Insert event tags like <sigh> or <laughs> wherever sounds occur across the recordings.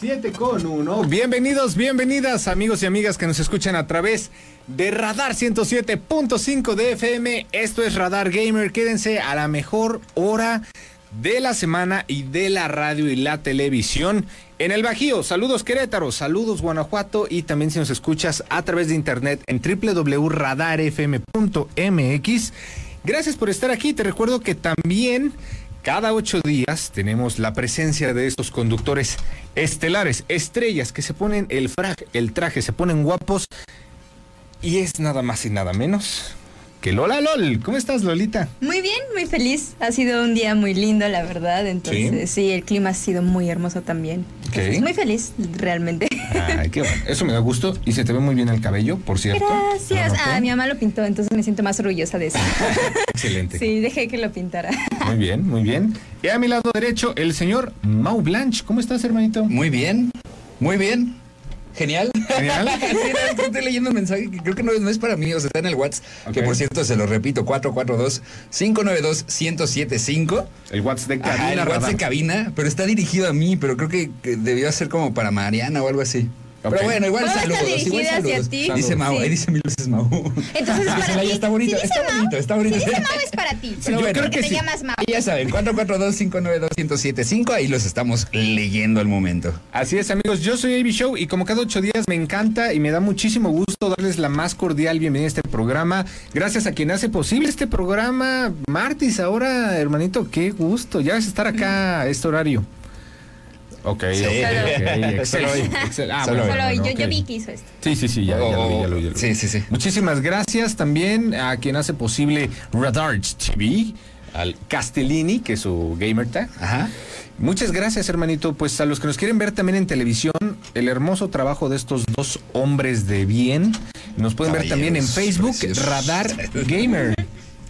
7 con 1. Bienvenidos, bienvenidas amigos y amigas que nos escuchan a través de Radar 107.5 de FM. Esto es Radar Gamer. Quédense a la mejor hora de la semana y de la radio y la televisión. En el Bajío, saludos Querétaro, saludos Guanajuato y también si nos escuchas a través de internet en www.radarfm.mx. Gracias por estar aquí, te recuerdo que también cada ocho días tenemos la presencia de estos conductores estelares, estrellas que se ponen el, frac, el traje, se ponen guapos y es nada más y nada menos que Lola LOL. ¿Cómo estás, Lolita? Muy bien, muy feliz. Ha sido un día muy lindo, la verdad. Entonces, sí, sí el clima ha sido muy hermoso también. Entonces, Ok. Muy feliz, realmente. Ay, qué bueno. Eso me da gusto y se te ve muy bien el cabello, por cierto. Lo Gracias. noté. Ah, mi mamá lo pintó, entonces me siento más orgullosa de eso. Excelente. sí, dejé que lo pintara. Muy bien, muy bien. Y a mi lado derecho, el señor Mau Blanche. ¿Cómo estás, hermanito? Muy bien, muy bien. Genial. <laughs> Genial. Sí, no, es que estoy leyendo un mensaje que creo que no, es- no es para mí, o sea, está en el WhatsApp, que Ok. por cierto se lo repito, 442-592-1075. El WhatsApp de Ajá, Ah, el Cabina WhatsApp Radar. de cabina, pero está dirigido a mí, pero creo que, que debió ser como para Mariana o algo así. Ok. Pero bueno, igual Bueno, está saludos. igual dirigida hacia saludos. ti. Dice Saludos. Mau, Sí. ahí dice mil veces Mau. <laughs> Entonces, Ah, para Celaya, ti. Está bonito, Si dice está Mau, bonito, está Si bonito. dice Mau es para yo ti. creo porque que te sí. llamas Mau. Y Ya saben, 442-592-1075, ahí los estamos leyendo al momento. Así es, amigos. Yo soy AB Show y como cada ocho días me encanta y me da muchísimo gusto darles la más cordial bienvenida a este programa. Gracias a quien hace posible este programa. Martis, ahora, hermanito, qué gusto. Ya vas a estar acá a este horario. Ok, Sí. ok, ok, Solo hoy. excelente, excel- ah, Solo bueno, Solo bueno, yo, yo ok. vi que hizo esto. Sí, sí, sí, ya, ya lo vi, ya lo vi, ya lo vi. Sí, sí, sí. Muchísimas gracias también a quien hace posible Radar TV, al Castellini, que es su gamer tag. Ajá. Muchas gracias, hermanito. Pues a los que nos quieren ver también en televisión, el hermoso trabajo de estos dos hombres de bien. Nos pueden ver también en Caballeros, Facebook, preciosos. Radar Gamer.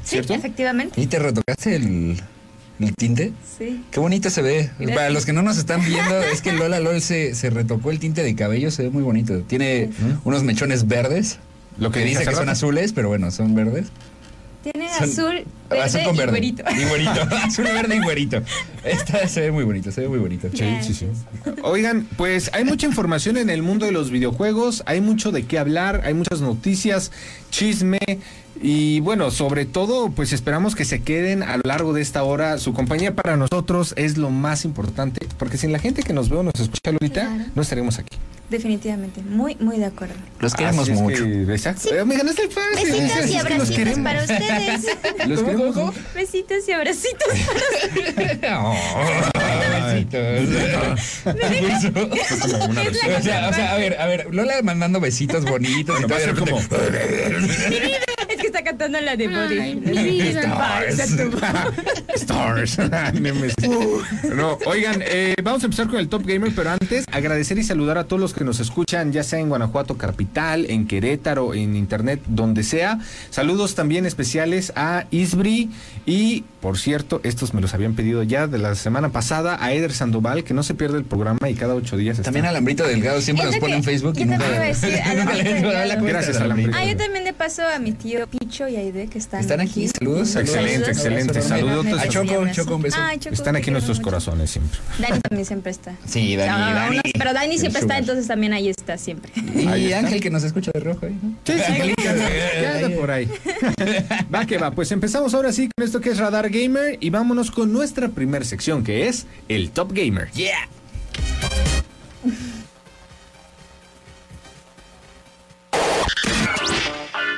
Sí, ¿Cierto? efectivamente. ¿Y te retocaste el, el tinte? Sí. Qué bonito se ve. Gracias. Para los que no nos están viendo, es que Lola LOL se, se retocó el tinte de cabello, se ve muy bonito. Tiene unos mechones verdes. Lo Lo que que dije hace dice que son rato. azules, pero bueno, son verdes. Tiene Son- azul, verde azul con verde. y güerito. Y <laughs> güerito. azul, verde y güerito. Esta se ve muy bonito, se ve muy bonito. Sí, sí, sí. Oigan, pues hay mucha información en el mundo de los videojuegos, hay mucho de qué hablar, hay muchas noticias, chisme y bueno, sobre todo pues esperamos que se queden a lo largo de esta hora. Su compañía para nosotros es lo más importante, porque sin la gente que nos ve o nos escucha ahorita, Claro. no estaremos aquí. Definitivamente. Muy, muy de acuerdo. Los Así queremos es mucho. que- exacto. Eh, me ganaste el fácil. Besitos Así y es que los abracitos queremos. para ustedes. <laughs> Los ¿Cómo, queremos cómo? mucho. Besitos y abracitos. <laughs> Oh, <laughs> besitos. Curso. Una <laughs> Es versión. la O sea, o sea, a ver, a ver, Lola mandando besitos bonitos. y todo, de repente, <laughs> <laughs> Es que está cantando la de Boris. <laughs> Stars. Memes. no, oigan, eh, vamos a empezar con el Top Gamer, pero antes agradecer y saludar a todos los que nos escuchan, ya sea en Guanajuato Capital, en Querétaro, en Internet, donde sea. Saludos también especiales a Isbri y, por cierto, estos me los habían pedido ya de la semana pasada, a Eder Sandoval, que no se pierde el programa y cada ocho días está. También Alambrito Delgado siempre Es nos lo pone que en Facebook yo y nunca. también iba a decir, <laughs> nunca Alambrito le- no Delgado. la cuenta Gracias, de Alambrito. Ah, yo también le paso a mi tío Picho y Aide que están Están aquí, saludos. saludos. Excelente, excelente, Un abrazo saludos. enorme. saludotes. A Choco, Choco, un beso. Ay, Choco, Están te aquí quiero nuestros mucho. corazones siempre. Dani también siempre está. Sí, Dani, Ah, Dani. unos- pero Dani El siempre está, sugar. entonces también ahí está siempre. Ahí Y está. Ángel que nos escucha de rojo ahí, ¿no? Sí, <laughs> sí, ya anda- ya anda por ahí. <laughs> Va que va, pues empezamos ahora sí con esto que es Radar Gamer y vámonos con nuestra primer sección que es el Top Gamer. Yeah.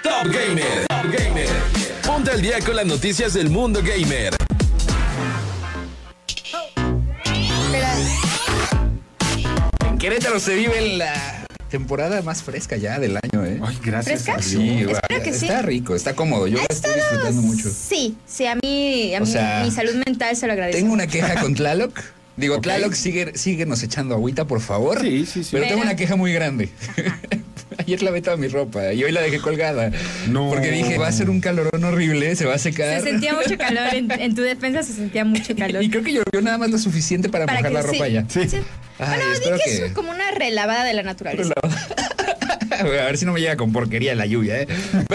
Top Gamer. Top Gamer. Ponte al día con las noticias del mundo gamer. En Querétaro se vive la temporada más fresca ya del año, ¿eh? Ay, gracias. ¿Fresca? a Dios. Sí, Espero vaya, que sí. Está rico, está cómodo. Yo la estoy disfrutando mucho. Sí, sí, a mí, a O mí sea, mi salud mental se lo agradece. Tengo <laughs> una queja con Tlaloc. Digo, Ok. Tlaloc, sigue, síguenos echando agüita, por favor. Sí, sí, sí. Pero tengo Pero- una queja muy grande. <laughs> Ayer lavé toda mi ropa y hoy la dejé colgada. No. Porque dije, va a ser un calorón horrible, se va a secar. Se sentía mucho calor, en, en tu defensa se sentía mucho calor. <laughs> Y creo que llovió nada más lo suficiente para, mojar la ropa sí, ya. <laughs> sí. Ay, bueno, di espero que, que- es como una relavada de la naturaleza. a ver si no me llega con porquería la lluvia, ¿eh?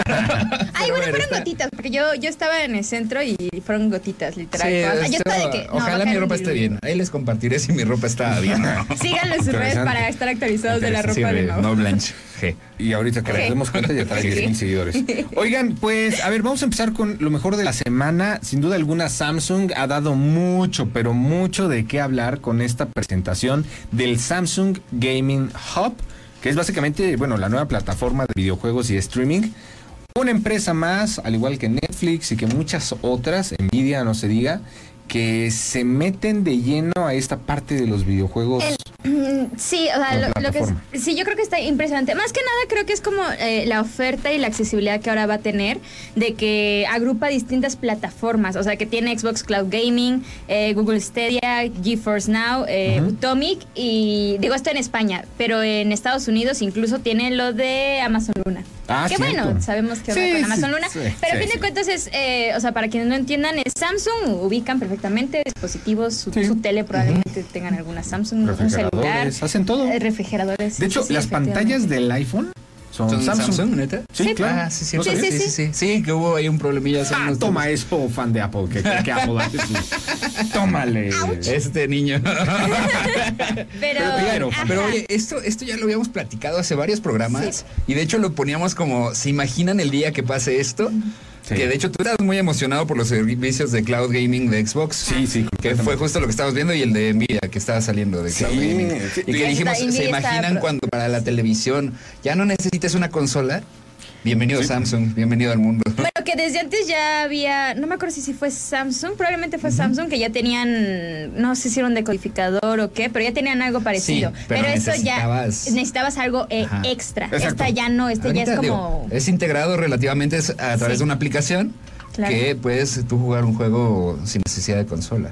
<laughs> Ay, bueno, fueron gotitas, porque yo, yo estaba en el centro y fueron gotitas, literal. Sí, Todas- yo esto- estaba de que, no, va a ojalá mi caer un ropa esté diluvio. bien. Ahí les compartiré si mi ropa está bien. o no. Síganlo en sus redes Interesante. para estar actualizados de la ropa Sí, de Mau. No Blanche. G. Y ahorita que nos Ok. demos cuenta ya trae <laughs> Sí. 10.000 seguidores. Oigan, pues, a ver, vamos a empezar con lo mejor de la semana. Sin duda alguna, Samsung ha dado mucho, pero mucho de qué hablar con esta presentación del Samsung Gaming Hub, que es básicamente, bueno, la nueva plataforma de videojuegos y streaming. Una empresa más, al igual que Netflix y que muchas otras, Nvidia no se diga, que se meten de lleno a esta parte de los videojuegos. Mm, Sí, o La sea, lo, lo que es- plataforma. sí, yo creo que está impresionante. Más que nada creo que es como eh, la oferta y la accesibilidad que ahora va a tener de que agrupa distintas plataformas, o sea, que tiene Xbox Cloud Gaming, eh, Google Stadia, GeForce Now, eh, Ujú. Utomic y digo esto en España, pero en Estados Unidos incluso tiene lo de Amazon Luna. Ah, que cierto. bueno, sabemos que va Sí, con sí, Amazon Luna, sí, pero a sí, fin sí. de cuentas es, eh, o sea, para quienes no entiendan, es Samsung, ubican perfectamente dispositivos, su, Sí. su tele probablemente tengan alguna Samsung Mm, un- un celular, Refrigeradores, hacen todo. eh, refrigeradores. De hecho, Sí, sí, las pantallas efectivamente. del iPhone son, ¿Son Samsung. Samsung, neta? Sí, Sí. claro. Ah, sí, sí, ¿No sí, sabías? sí, sí, sí, sí, que hubo ahí un problemilla. hace Ah, unos- toma eso, fan de Apple, que, que, que Apple hace sus- Tómale. Eh, Este niño. Pero, pero, ajá. Pero oye, esto, esto ya lo habíamos platicado hace varios programas Sí. y de hecho lo poníamos como, ¿se imaginan el día que pase esto? Sí. Que de hecho tú eras muy emocionado por los servicios de cloud gaming de Xbox. Sí, sí, Que fue justo lo que estábamos viendo y el de Nvidia que estaba saliendo de Sí, cloud gaming. sí. Ya Y que está, dijimos, Nvidia ¿se está imaginan pro- cuando para la televisión ya no necesites una consola? Bienvenido Samsung, bienvenido al mundo. Bueno, que desde antes ya había, no me acuerdo si, si fue Samsung, probablemente fue Samsung, que ya tenían, no sé si era un decodificador o qué, pero ya tenían algo parecido. pero pero eso necesitabas- ya necesitabas algo eh, Ajá. extra. Exacto. Esta ya no, este ya es Ahorita, como... digo, es integrado relativamente es a través Sí. de una aplicación Claro. que puedes tú jugar un juego sin necesidad de consola.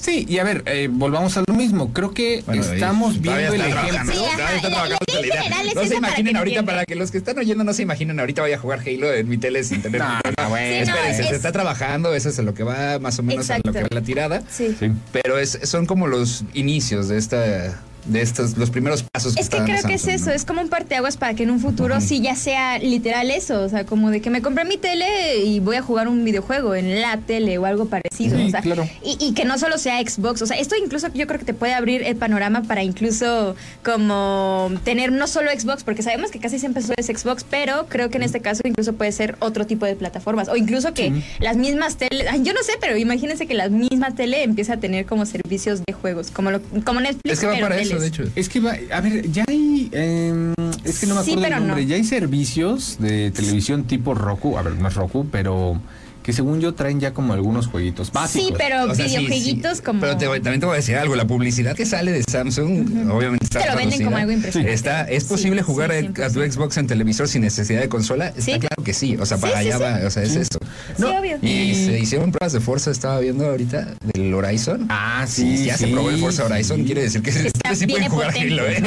Sí, y a ver, eh, volvamos a lo mismo. Creo que Bueno, estamos y viendo todavía el está ejemplo. trabajando, Sí, ajá, todavía está la- trabajando la idea idea. general es No esa se para imaginen que ahorita, entiendan. para que los que están oyendo no se imaginen ahorita vaya a jugar Halo en mi tele sin tener. No, no, bueno. Sí, no, Espérense, es- se está trabajando, eso es a lo que va más o menos a lo que Exacto. va la tirada. Sí. Sí. Pero es, son como los inicios de esta, de estos, los primeros pasos. Es que está dando creo que es Samsung, eso, ¿no? es como un parteaguas para que en un futuro sí ya sea literal eso, o sea, como de que me compré mi tele y voy a jugar un videojuego en la tele o algo parecido, Sí, o sea, claro. y, y que no solo sea Xbox, o sea, esto incluso yo creo que te puede abrir el panorama para incluso como tener no solo Xbox, porque sabemos que casi siempre solo es Xbox, pero creo que en este caso incluso puede ser otro tipo de plataformas, o incluso que las mismas teles, ay, yo no sé, pero imagínense que la misma tele empieza a tener como servicios de juegos, como, lo, como Netflix. Es que va pero para eso, teles. de hecho. Es que va, a ver, ya hay, eh, es que no me Sí, acuerdo pero el nombre, no. ya hay servicios de televisión tipo Roku, a ver, no es Roku, pero que según yo traen ya como algunos jueguitos básicos. Sí, pero O sea, sí, videojueguitos sí, como. Pero te voy- también te voy a decir algo, la publicidad que sale de Samsung, obviamente está Te lo venden traducida. como algo impresionante. Está, ¿Es Sí, posible sí, jugar a- a tu 100%. Xbox en televisor sin necesidad de consola? Está Sí. claro que sí, o sea, Sí, para sí, allá sí. va, o sea, es esto. Sí, obvio. Y se hicieron pruebas de fuerza, estaba viendo ahorita, del Horizon. Ah, sí, ya se sí, probó el Forza sí. Horizon, quiere decir que Está sí pueden bien jugar potente. Halo, ¿eh?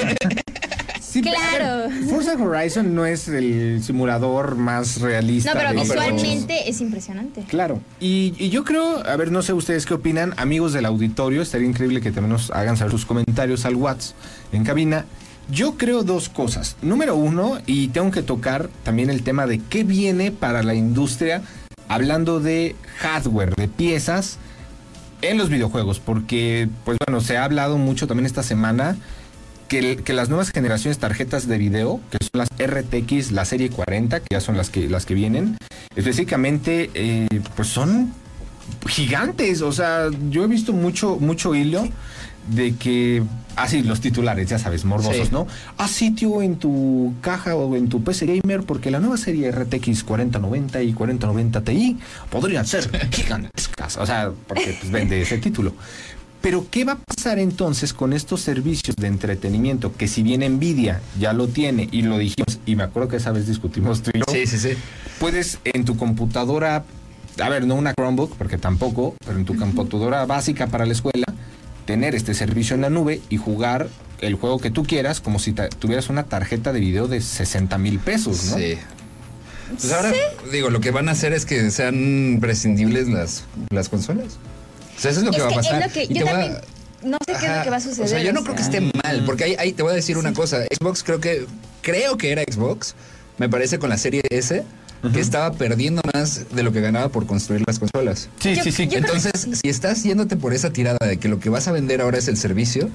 Sí, pero, a ver, Claro. Forza Horizon no es el simulador más realista. No, pero de- No, pero- visualmente es impresionante. Claro. Y, y yo creo, a ver, no sé ustedes qué opinan, amigos del auditorio, estaría increíble que también nos hagan saber sus comentarios al WhatsApp en cabina. Yo creo dos cosas. Número uno, y tengo que tocar también el tema de qué viene para la industria, hablando de hardware, de piezas en los videojuegos, porque, pues bueno, se ha hablado mucho también esta semana que, el- que las nuevas generaciones de tarjetas de video, que son las RTX, la serie 40, que ya son las que, las que vienen, específicamente, eh, pues son gigantes. O sea, yo he visto mucho, mucho hilo de que, así los titulares, ya sabes, morbosos, Sí. ¿no? Haz sitio en tu caja o en tu PC gamer porque la nueva serie RTX 4090 y 4090 Ti podrían <laughs> ser gigantescas. O sea, porque pues, vende ese título. Pero ¿qué va a pasar entonces con estos servicios de entretenimiento que si bien Nvidia ya lo tiene y lo dijimos y me acuerdo que esa vez discutimos tú y yo, <laughs> Sí, sí, sí. puedes en tu computadora, a ver, no una Chromebook porque tampoco, pero en tu computadora básica para la escuela tener este servicio en la nube y jugar el juego que tú quieras como si ta- tuvieras una tarjeta de video de 60 mil pesos, ¿no? Sí. Pues ahora, digo, lo que van a hacer es que sean prescindibles las, las consolas. O sea, eso es lo que es va a que pasar. es lo que. Y Yo te voy a- también. No sé qué es Ajá, lo que va a suceder. O sea, yo no creo que esté mal, porque ahí, ahí te voy a decir una cosa. Xbox creo que creo que era Xbox, me parece con la serie S, que estaba perdiendo más de lo que ganaba por construir las consolas. Sí, Yo- sí, sí. yo- creo Entonces, que sí. si estás yéndote por esa tirada de que lo que vas a vender ahora es el servicio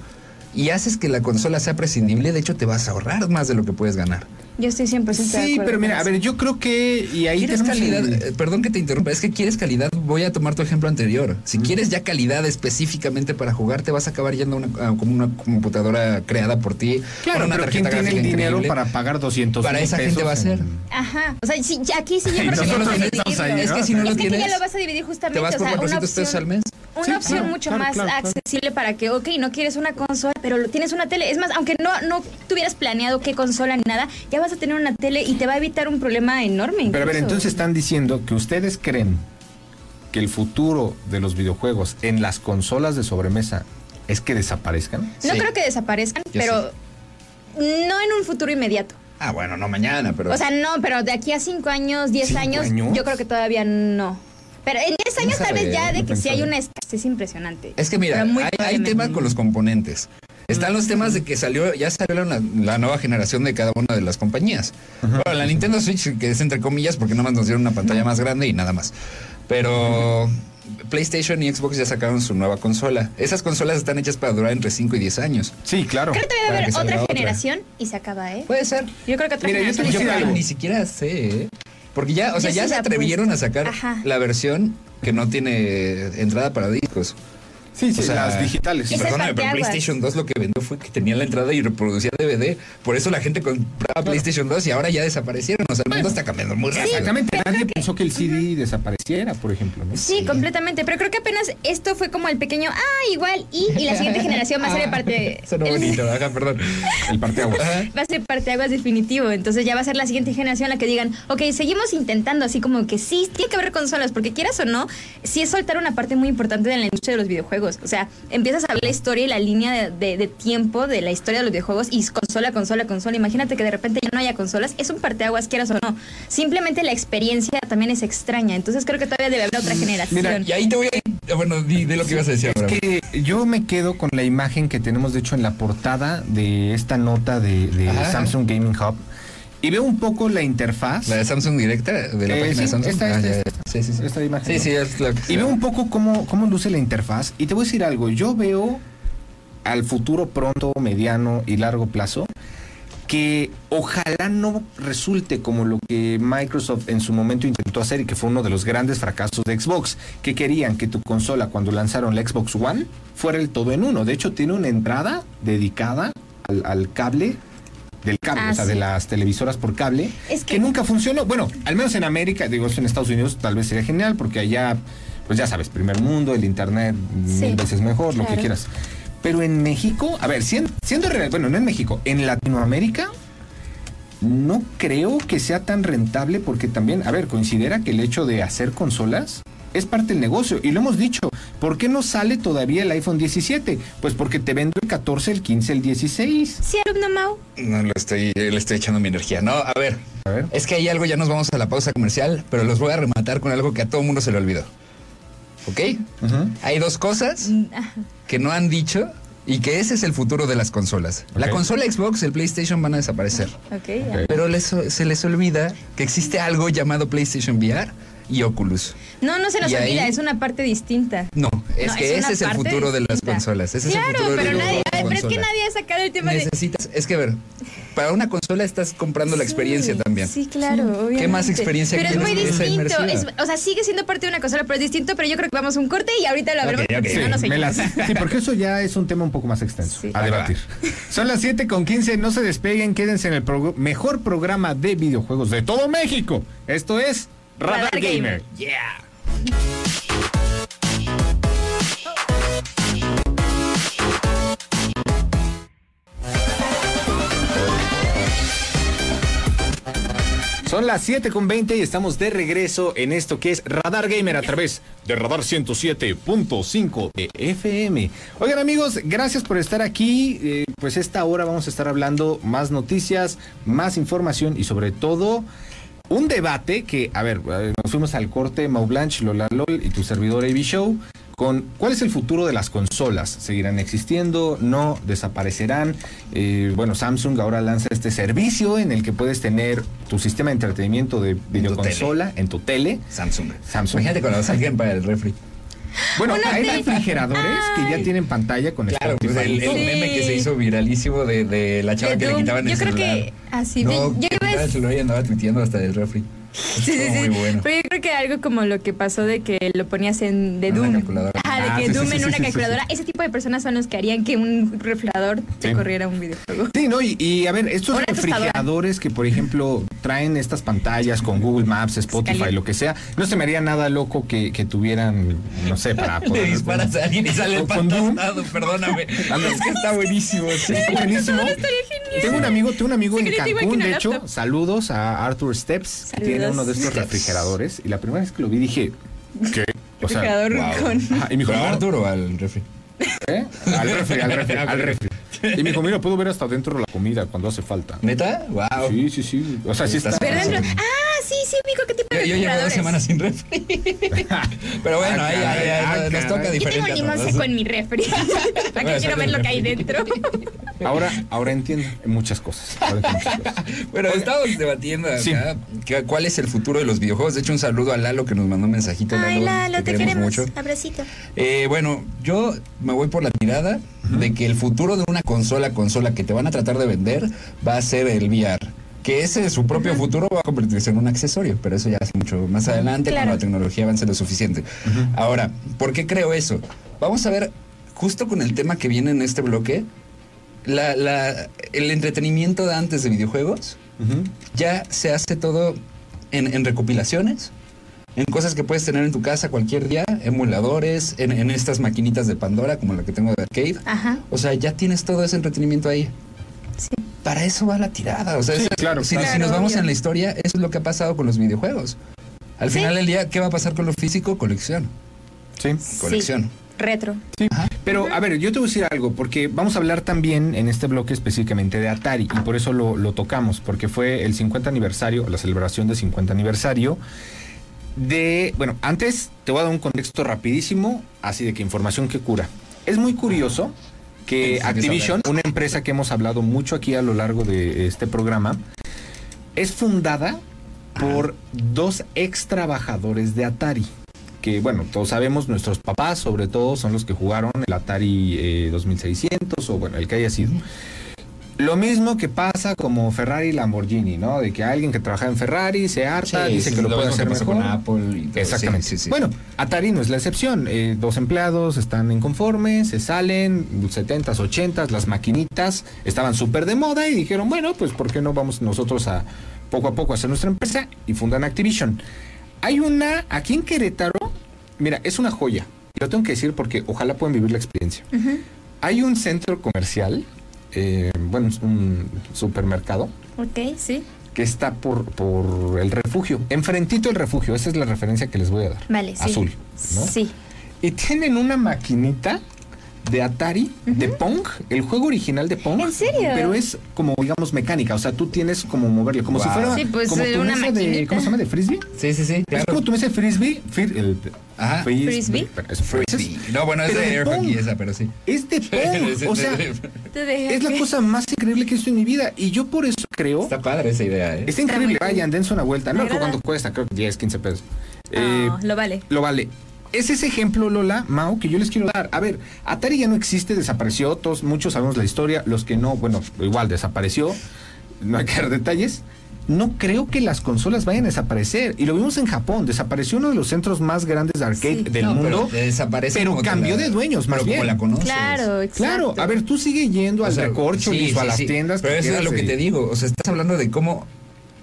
y haces que la consola sea prescindible, de hecho te vas a ahorrar más de lo que puedes ganar. Yo estoy 100% de Sí, acuerdo pero con mira, a eso. ver, yo creo que. Y ahí ¿Quieres tenemos calidad? el- Eh, Perdón que te interrumpa, es que quieres calidad, voy a tomar tu ejemplo anterior. Si quieres ya calidad específicamente para jugar, te vas a acabar yendo a una, a como una computadora creada por ti. Claro, con una pero ¿quién tarjeta tiene el gráfica dinero increíble. para pagar 200 Para mil esa gente pesos va a ser. en- Ajá. O sea, sí, ya aquí sí yo creo que nosotros vamos a también estamos ahí, dividirlo. Es que si no lo es que aquí tienes, ya lo vas a dividir justamente. te vas o por sea, una 400 pesos opción, al mes. Una Sí, opción claro, mucho claro, más claro, claro. accesible para que, ok, no quieres una consola, pero lo tienes una tele. Es más, aunque no, no tuvieras planeado qué consola ni nada, ya vas a tener una tele y te va a evitar un problema enorme. Pero a ver, incluso. entonces están diciendo que ustedes creen que el futuro de los videojuegos en las consolas de sobremesa es que desaparezcan. No Sí. creo que desaparezcan, Yo pero no en un futuro inmediato. Ah, bueno, no mañana, pero... O sea, no, pero de aquí a 5 años, 10 ¿Cinco años, años? yo creo que todavía no. Pero en 10 años tal sabe, vez ya de no que sí hay pensaba. una escasez impresionante. Es que mira, Pero muy hay, hay probablemente. tema con los componentes. Están los temas de que salió, ya salió la, la nueva generación de cada una de las compañías. Bueno, la Nintendo Switch, que es entre comillas, porque nada más nos dieron una pantalla más grande y nada más. Pero PlayStation y Xbox ya sacaron su nueva consola. Esas consolas están hechas para durar entre 5 y 10 años. Sí, claro. Creo que todavía va a Para que haber salga otra otra. Pues, generación y se acaba, ¿eh? Puede ser. Yo creo que otra Mira, yo te voy a generación. y se Yo decir acaba. creo que algo. ni siquiera sé, ¿eh? Porque ya, o sea, Yo ya sí se la atrevieron a apuesto. sacar Ajá. la versión que no tiene entrada para discos. Sí, sí, O sea, las digitales. Ese- Perdóname, pero parteaguas. PlayStation 2 lo que vendió fue que tenía la entrada y reproducía DVD. Por eso la gente compraba PlayStation 2 y ahora ya desaparecieron. O sea, el mundo está cambiando muy rápido. Exactamente. Nadie pensó que el CD desapareciera, por ejemplo. ¿no? Sí, completamente. Pero creo que apenas esto fue como el pequeño, ah, igual, y, y la siguiente generación va a ser el parte. Ah. <laughs> Suena el- <laughs> bonito, ajá, perdón. El parteaguas. Ajá. va a ser parteaguas definitivo. Entonces ya va a ser la siguiente generación la que digan, ok, seguimos intentando así como que sí, tiene que haber consolas, porque quieras o no, sí es soltar una parte muy importante de la industria de los videojuegos. O sea, empiezas a ver la historia y la línea de, de- de tiempo de la historia de los videojuegos y es consola, consola, consola. Imagínate que de repente ya no haya consolas, es un parteaguas, quieras o no. Simplemente la experiencia también es extraña. Entonces creo que todavía debe haber otra generación. Mm, Mira, y ahí te voy a ir. Bueno, di, di lo que ibas a decir ahora. que yo me quedo con la imagen que tenemos, de hecho, en la portada de esta nota de, de Ajá. Samsung Gaming Hub. Y veo un poco la interfaz. La de Samsung directa, de la Eh, página sí, de Samsung. Ah, esta, esta, ya, ya. esta. sí, sí, sí. Esta imagen, Sí, ¿no? sí, es la que- Y veo un poco cómo, cómo luce la interfaz. Y te voy a decir algo. Yo veo al futuro pronto, mediano y largo plazo que ojalá no resulte como lo que Microsoft en su momento intentó hacer y que fue uno de los grandes fracasos de Xbox, que querían que tu consola cuando lanzaron la Xbox One fuera el todo en uno. De hecho, tiene una entrada dedicada al, al cable del cable, Ah, o sea, de sí. las televisoras por cable, Es que- que nunca funcionó. Bueno, al menos en América, digo, en Estados Unidos tal vez sería genial porque allá, pues ya sabes, primer mundo, el internet Sí, mil veces mejor, lo claro. que quieras. Pero en México, a ver, siendo, siendo real, bueno, no en México, en Latinoamérica no creo que sea tan rentable porque también, a ver, considera que el hecho de hacer consolas es parte del negocio y lo hemos dicho. ¿Por qué no sale todavía el iPhone 17? Pues porque te vendo el 14, el 15, el 16. Sí, alumno Mau. No, lo estoy, eh, le estoy echando mi energía. No, a ver, A ver. Es que hay algo, ya nos vamos a la pausa comercial, pero los voy a rematar con algo que a todo mundo se le olvidó. ¿Ok? Ujú. Hay dos cosas Mm, ah, que no han dicho y que ese es el futuro de las consolas. La Ok. consola Xbox, el PlayStation van a desaparecer. Ok, Ok. ya. Pero les- se les olvida que existe algo llamado PlayStation VR y Oculus. No, no se nos Y ahí- olvida, es una parte distinta. No, es No, que es una ese es el parte futuro de las distinta. consolas. Ese claro, es el futuro de pero las nadie, pero es que consolas. nadie ha sacado el tema de. Necesitas, es que a ver, para una consola estás comprando la Sí, experiencia también. Sí, claro, obviamente. ¿Qué más experiencia Pero es muy quieres que esa distinto. inmersiva? es- o sea, sigue siendo parte de una consola, pero es distinto. Pero yo creo que vamos a un corte y ahorita lo hablamos. Ok, ok. porque si Sí, no, no sé. me las- sí, porque eso ya es un tema un poco más extenso. Sí. A debatir. Son las 7 con 15, no se despeguen, quédense en el progr- mejor programa de videojuegos de todo México. Esto es Radar, Radar Gamer. Gamer. Yeah. Son las 7 con 20 y estamos de regreso en esto que es Radar Gamer a través de Radar 107.5 de FM. Oigan amigos, gracias por estar aquí. Eh, pues esta hora vamos a estar hablando más noticias, más información y sobre todo un debate que, a ver, eh, nos fuimos al corte Mau Blanche, Lola LOL y tu servidor AB Show con cuál es el futuro de las consolas. ¿Seguirán existiendo? ¿No? ¿Desaparecerán? Eh, bueno, Samsung ahora lanza este servicio en el que puedes tener tu sistema de entretenimiento de videoconsola en tu tele. Samsung. Samsung. Imagínate cuando salgan para el refri. Bueno, Una hay tele. refrigeradores que ya tienen pantalla con Claro, pues Spotify. el, el Sí. meme que se hizo viralísimo de, de la chava De que le Doom. quitaban el Yo creo celular. que así, No, vi- yo iba que a quitaban el celular y andaba tuiteando hasta del refri. <laughs> Sí, sí, Estuvo sí. Oh, Muy bueno. Pero yo creo que algo como lo que pasó de que lo ponías en de En una Doom. calculadora. Ajá, Ah, de sí, que sí, Doom sí, en sí, una sí, sí. calculadora. Ese tipo de personas son los que harían que un refrigerador te Sí. corriera un videojuego. Sí, no, y, y, a ver, estos Una tostadora. refrigeradores que, por ejemplo, traen estas pantallas con Google Maps, Spotify, Cali- lo que sea, no se me haría nada loco que, que tuvieran, no sé, para <laughs> Le poder- disparas a alguien y sale el O con Doom. pantalonado, <laughs> perdóname. Es que está buenísimo. sí. Está buenísimo. Eso estaría genial. Tengo un amigo, tengo un amigo Se en grita igual Cancún, que una de hecho, laptop. saludos a Arthur Steps, que tiene Saludos. uno de estos refrigeradores, y la primera vez que lo vi dije, ¿qué? O sea, refrigerador wow. <laughs> con. ajá, y me dijo, ¿Pero "No, a Arthur o al refri? ¿eh? Al refri, al refri, al <laughs> refri. Y me dijo, mira, puedo ver hasta dentro la comida cuando hace falta. ¿Neta? Wow. Sí, sí, sí. O sea, sí Estás está. Pero dentro- Sí. Ah, sí, sí, amigo, ¿qué tipo Yo, de yo llevo dos refrigeradores? semanas <laughs> sin refri. Pero bueno, Ah, ahí, caray, ahí, ahí, ah, nos toca caray. Yo tengo diferente. a limón todos. seco en mi refri. Para Bueno, que quiero ver lo que hay dentro. Ahora, ahora entiendo muchas cosas. Ahora entiendo muchas cosas. Bueno, estamos debatiendo acá Sí. que- cuál es el futuro de los videojuegos. De hecho, un saludo a Lalo que nos mandó un mensajito. Ay, Lalo, te queremos. mucho. <laughs> Abracito. Eh, bueno, yo me voy por la tirada de que el futuro de una consola, consola que te van a tratar de vender, va a ser el VR. Que ese, su propio futuro, va a convertirse en un accesorio, pero eso ya es mucho más adelante, Claro. cuando la tecnología avance lo suficiente. Ahora, ¿por qué creo eso? Vamos a ver, justo con el tema que viene en este bloque, la- la- el entretenimiento de antes de videojuegos Ujú. ya se hace todo en, en recopilaciones, en cosas que puedes tener en tu casa cualquier día, emuladores, en, en estas maquinitas de Pandora como la que tengo de arcade. Ajá. O sea, ya tienes todo ese entretenimiento ahí. Para eso va la tirada. O sea, Sí, es- claro, si, claro. si nos Claro, vamos obvio. en la historia, eso es lo que ha pasado con los videojuegos. Al Sí. final del día, ¿qué va a pasar con lo físico? Colección. Sí. Colección. Sí, retro. Ajá. Pero, a ver, yo te voy a decir algo, porque vamos a hablar también en este bloque específicamente de Atari, y por eso lo, lo tocamos, porque fue el 50 aniversario, la celebración del 50 aniversario de... Bueno, antes te voy a dar un contexto rapidísimo, así de que información que cura. Es muy curioso que Empieza a Activision, una empresa que hemos hablado mucho aquí a lo largo de este programa, es fundada por dos ex trabajadores de Atari. Que bueno, todos sabemos, nuestros papás sobre todo son los que jugaron el Atari eh, 2600 o bueno, el que haya sido. Lo mismo que pasa como Ferrari y Lamborghini, ¿no? De que alguien que trabaja en Ferrari se harta, dice que lo, puede mismo hacer que pasó mejor. con Apple. y todo. Exactamente. Sí, sí, sí. Bueno, Atari no es la excepción. Eh, dos empleados están inconformes, se salen, 70s, 80s, las maquinitas estaban súper de moda y dijeron, bueno, pues ¿por qué no vamos nosotros a poco a poco a hacer nuestra empresa? Y fundan Activision. Hay una, aquí en Querétaro, mira, es una joya. Yo tengo que decir porque ojalá puedan vivir la experiencia. Ujú. Hay un centro comercial, eh, bueno, es un supermercado, Ok, sí. que está por, por el refugio. Enfrentito el refugio, esa es la referencia que les voy a dar. Vale, sí. Azul. ¿no? Sí. Y tienen una maquinita de Atari, de Pong, el juego original de Pong. ¿En serio? Pero es como, digamos, mecánica. O sea, tú tienes como moverle, como si Wow. fuera Sí, pues, como eh, tu una mesa de. maquinita. ¿Cómo se llama? ¿De frisbee? Sí, sí, sí. Es Claro. como tu mesa de frisbee. fir- el- Ajá. Ah, Frisbee. es Frisbee. No, bueno, es Pero de de Air Pong. Hockey esa, pero sí. Es <laughs> de Pong. O sea, Te dejé es la aquí. cosa más increíble que he visto en mi vida. Y yo por eso creo. Está padre esa idea, ¿eh? Está increíble. muy cool. Vayan, dense una vuelta. No Me recuerdo cuánto agrada. Ah, cuesta, creo que 10, 15 pesos. Eh, No, lo vale. lo vale. Es ese ejemplo, Lola, Mao, que yo les quiero dar. A ver, Atari ya no existe, desapareció, todos, muchos sabemos la historia, los que no, bueno, igual desapareció, no hay que dar detalles. No creo que las consolas vayan a desaparecer. Y lo vimos en Japón, desapareció uno de los centros más grandes de arcade Sí. del No, pero mundo. te desaparece pero como te cambió la- de dueños, más pero como bien. la conoces. Claro, exacto. Claro, a ver, tú sigue yendo O al sea, recorcho sí, sí, a las sí. tiendas. Pero eso es quieras lo que y- te digo. O sea, estás hablando de cómo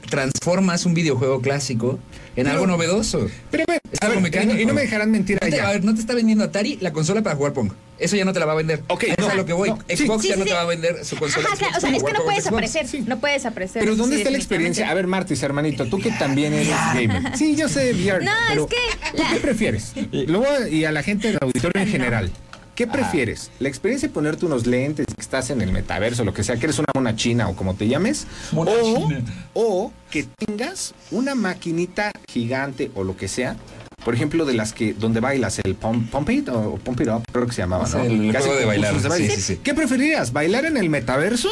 transformas un videojuego clásico en Pero- algo novedoso. Pero a ver, Es a algo ver, mecánico. y, y no me dejarán mentir No te- allá. a ver, no te está vendiendo Atari la consola para jugar Pong. Eso ya no te la va a vender. Ok, Eso no, es a lo que voy. no, sí. Xbox Sí, ya sí, no te sí. va a vender su consola. Ajá, claro, Xbox o sea, para es que jugar no con puede Xbox. desaparecer, sí. no puede desaparecer. Pero ¿dónde sí, está la experiencia? A ver, definitivamente. Martis, hermanito, tú que también eres gamer. Sí, yo sé VR. No, pero es que ¿Tú la- qué prefieres? Lo voy a- y a la gente del auditorio en general. ¿Qué Ah. prefieres? ¿La experiencia de ponerte unos lentes, que estás en el metaverso, lo que sea, que eres una mona china o como te llames? Mona o, china. o que tengas una maquinita gigante o lo que sea por ejemplo, de las que donde bailas el pump, pump it o pump it up, creo que se llamaba, Es ¿no? el Que hacen juego de bailar, concursos baile. sí, sí, sí. ¿Qué preferirías? ¿Bailar en el metaverso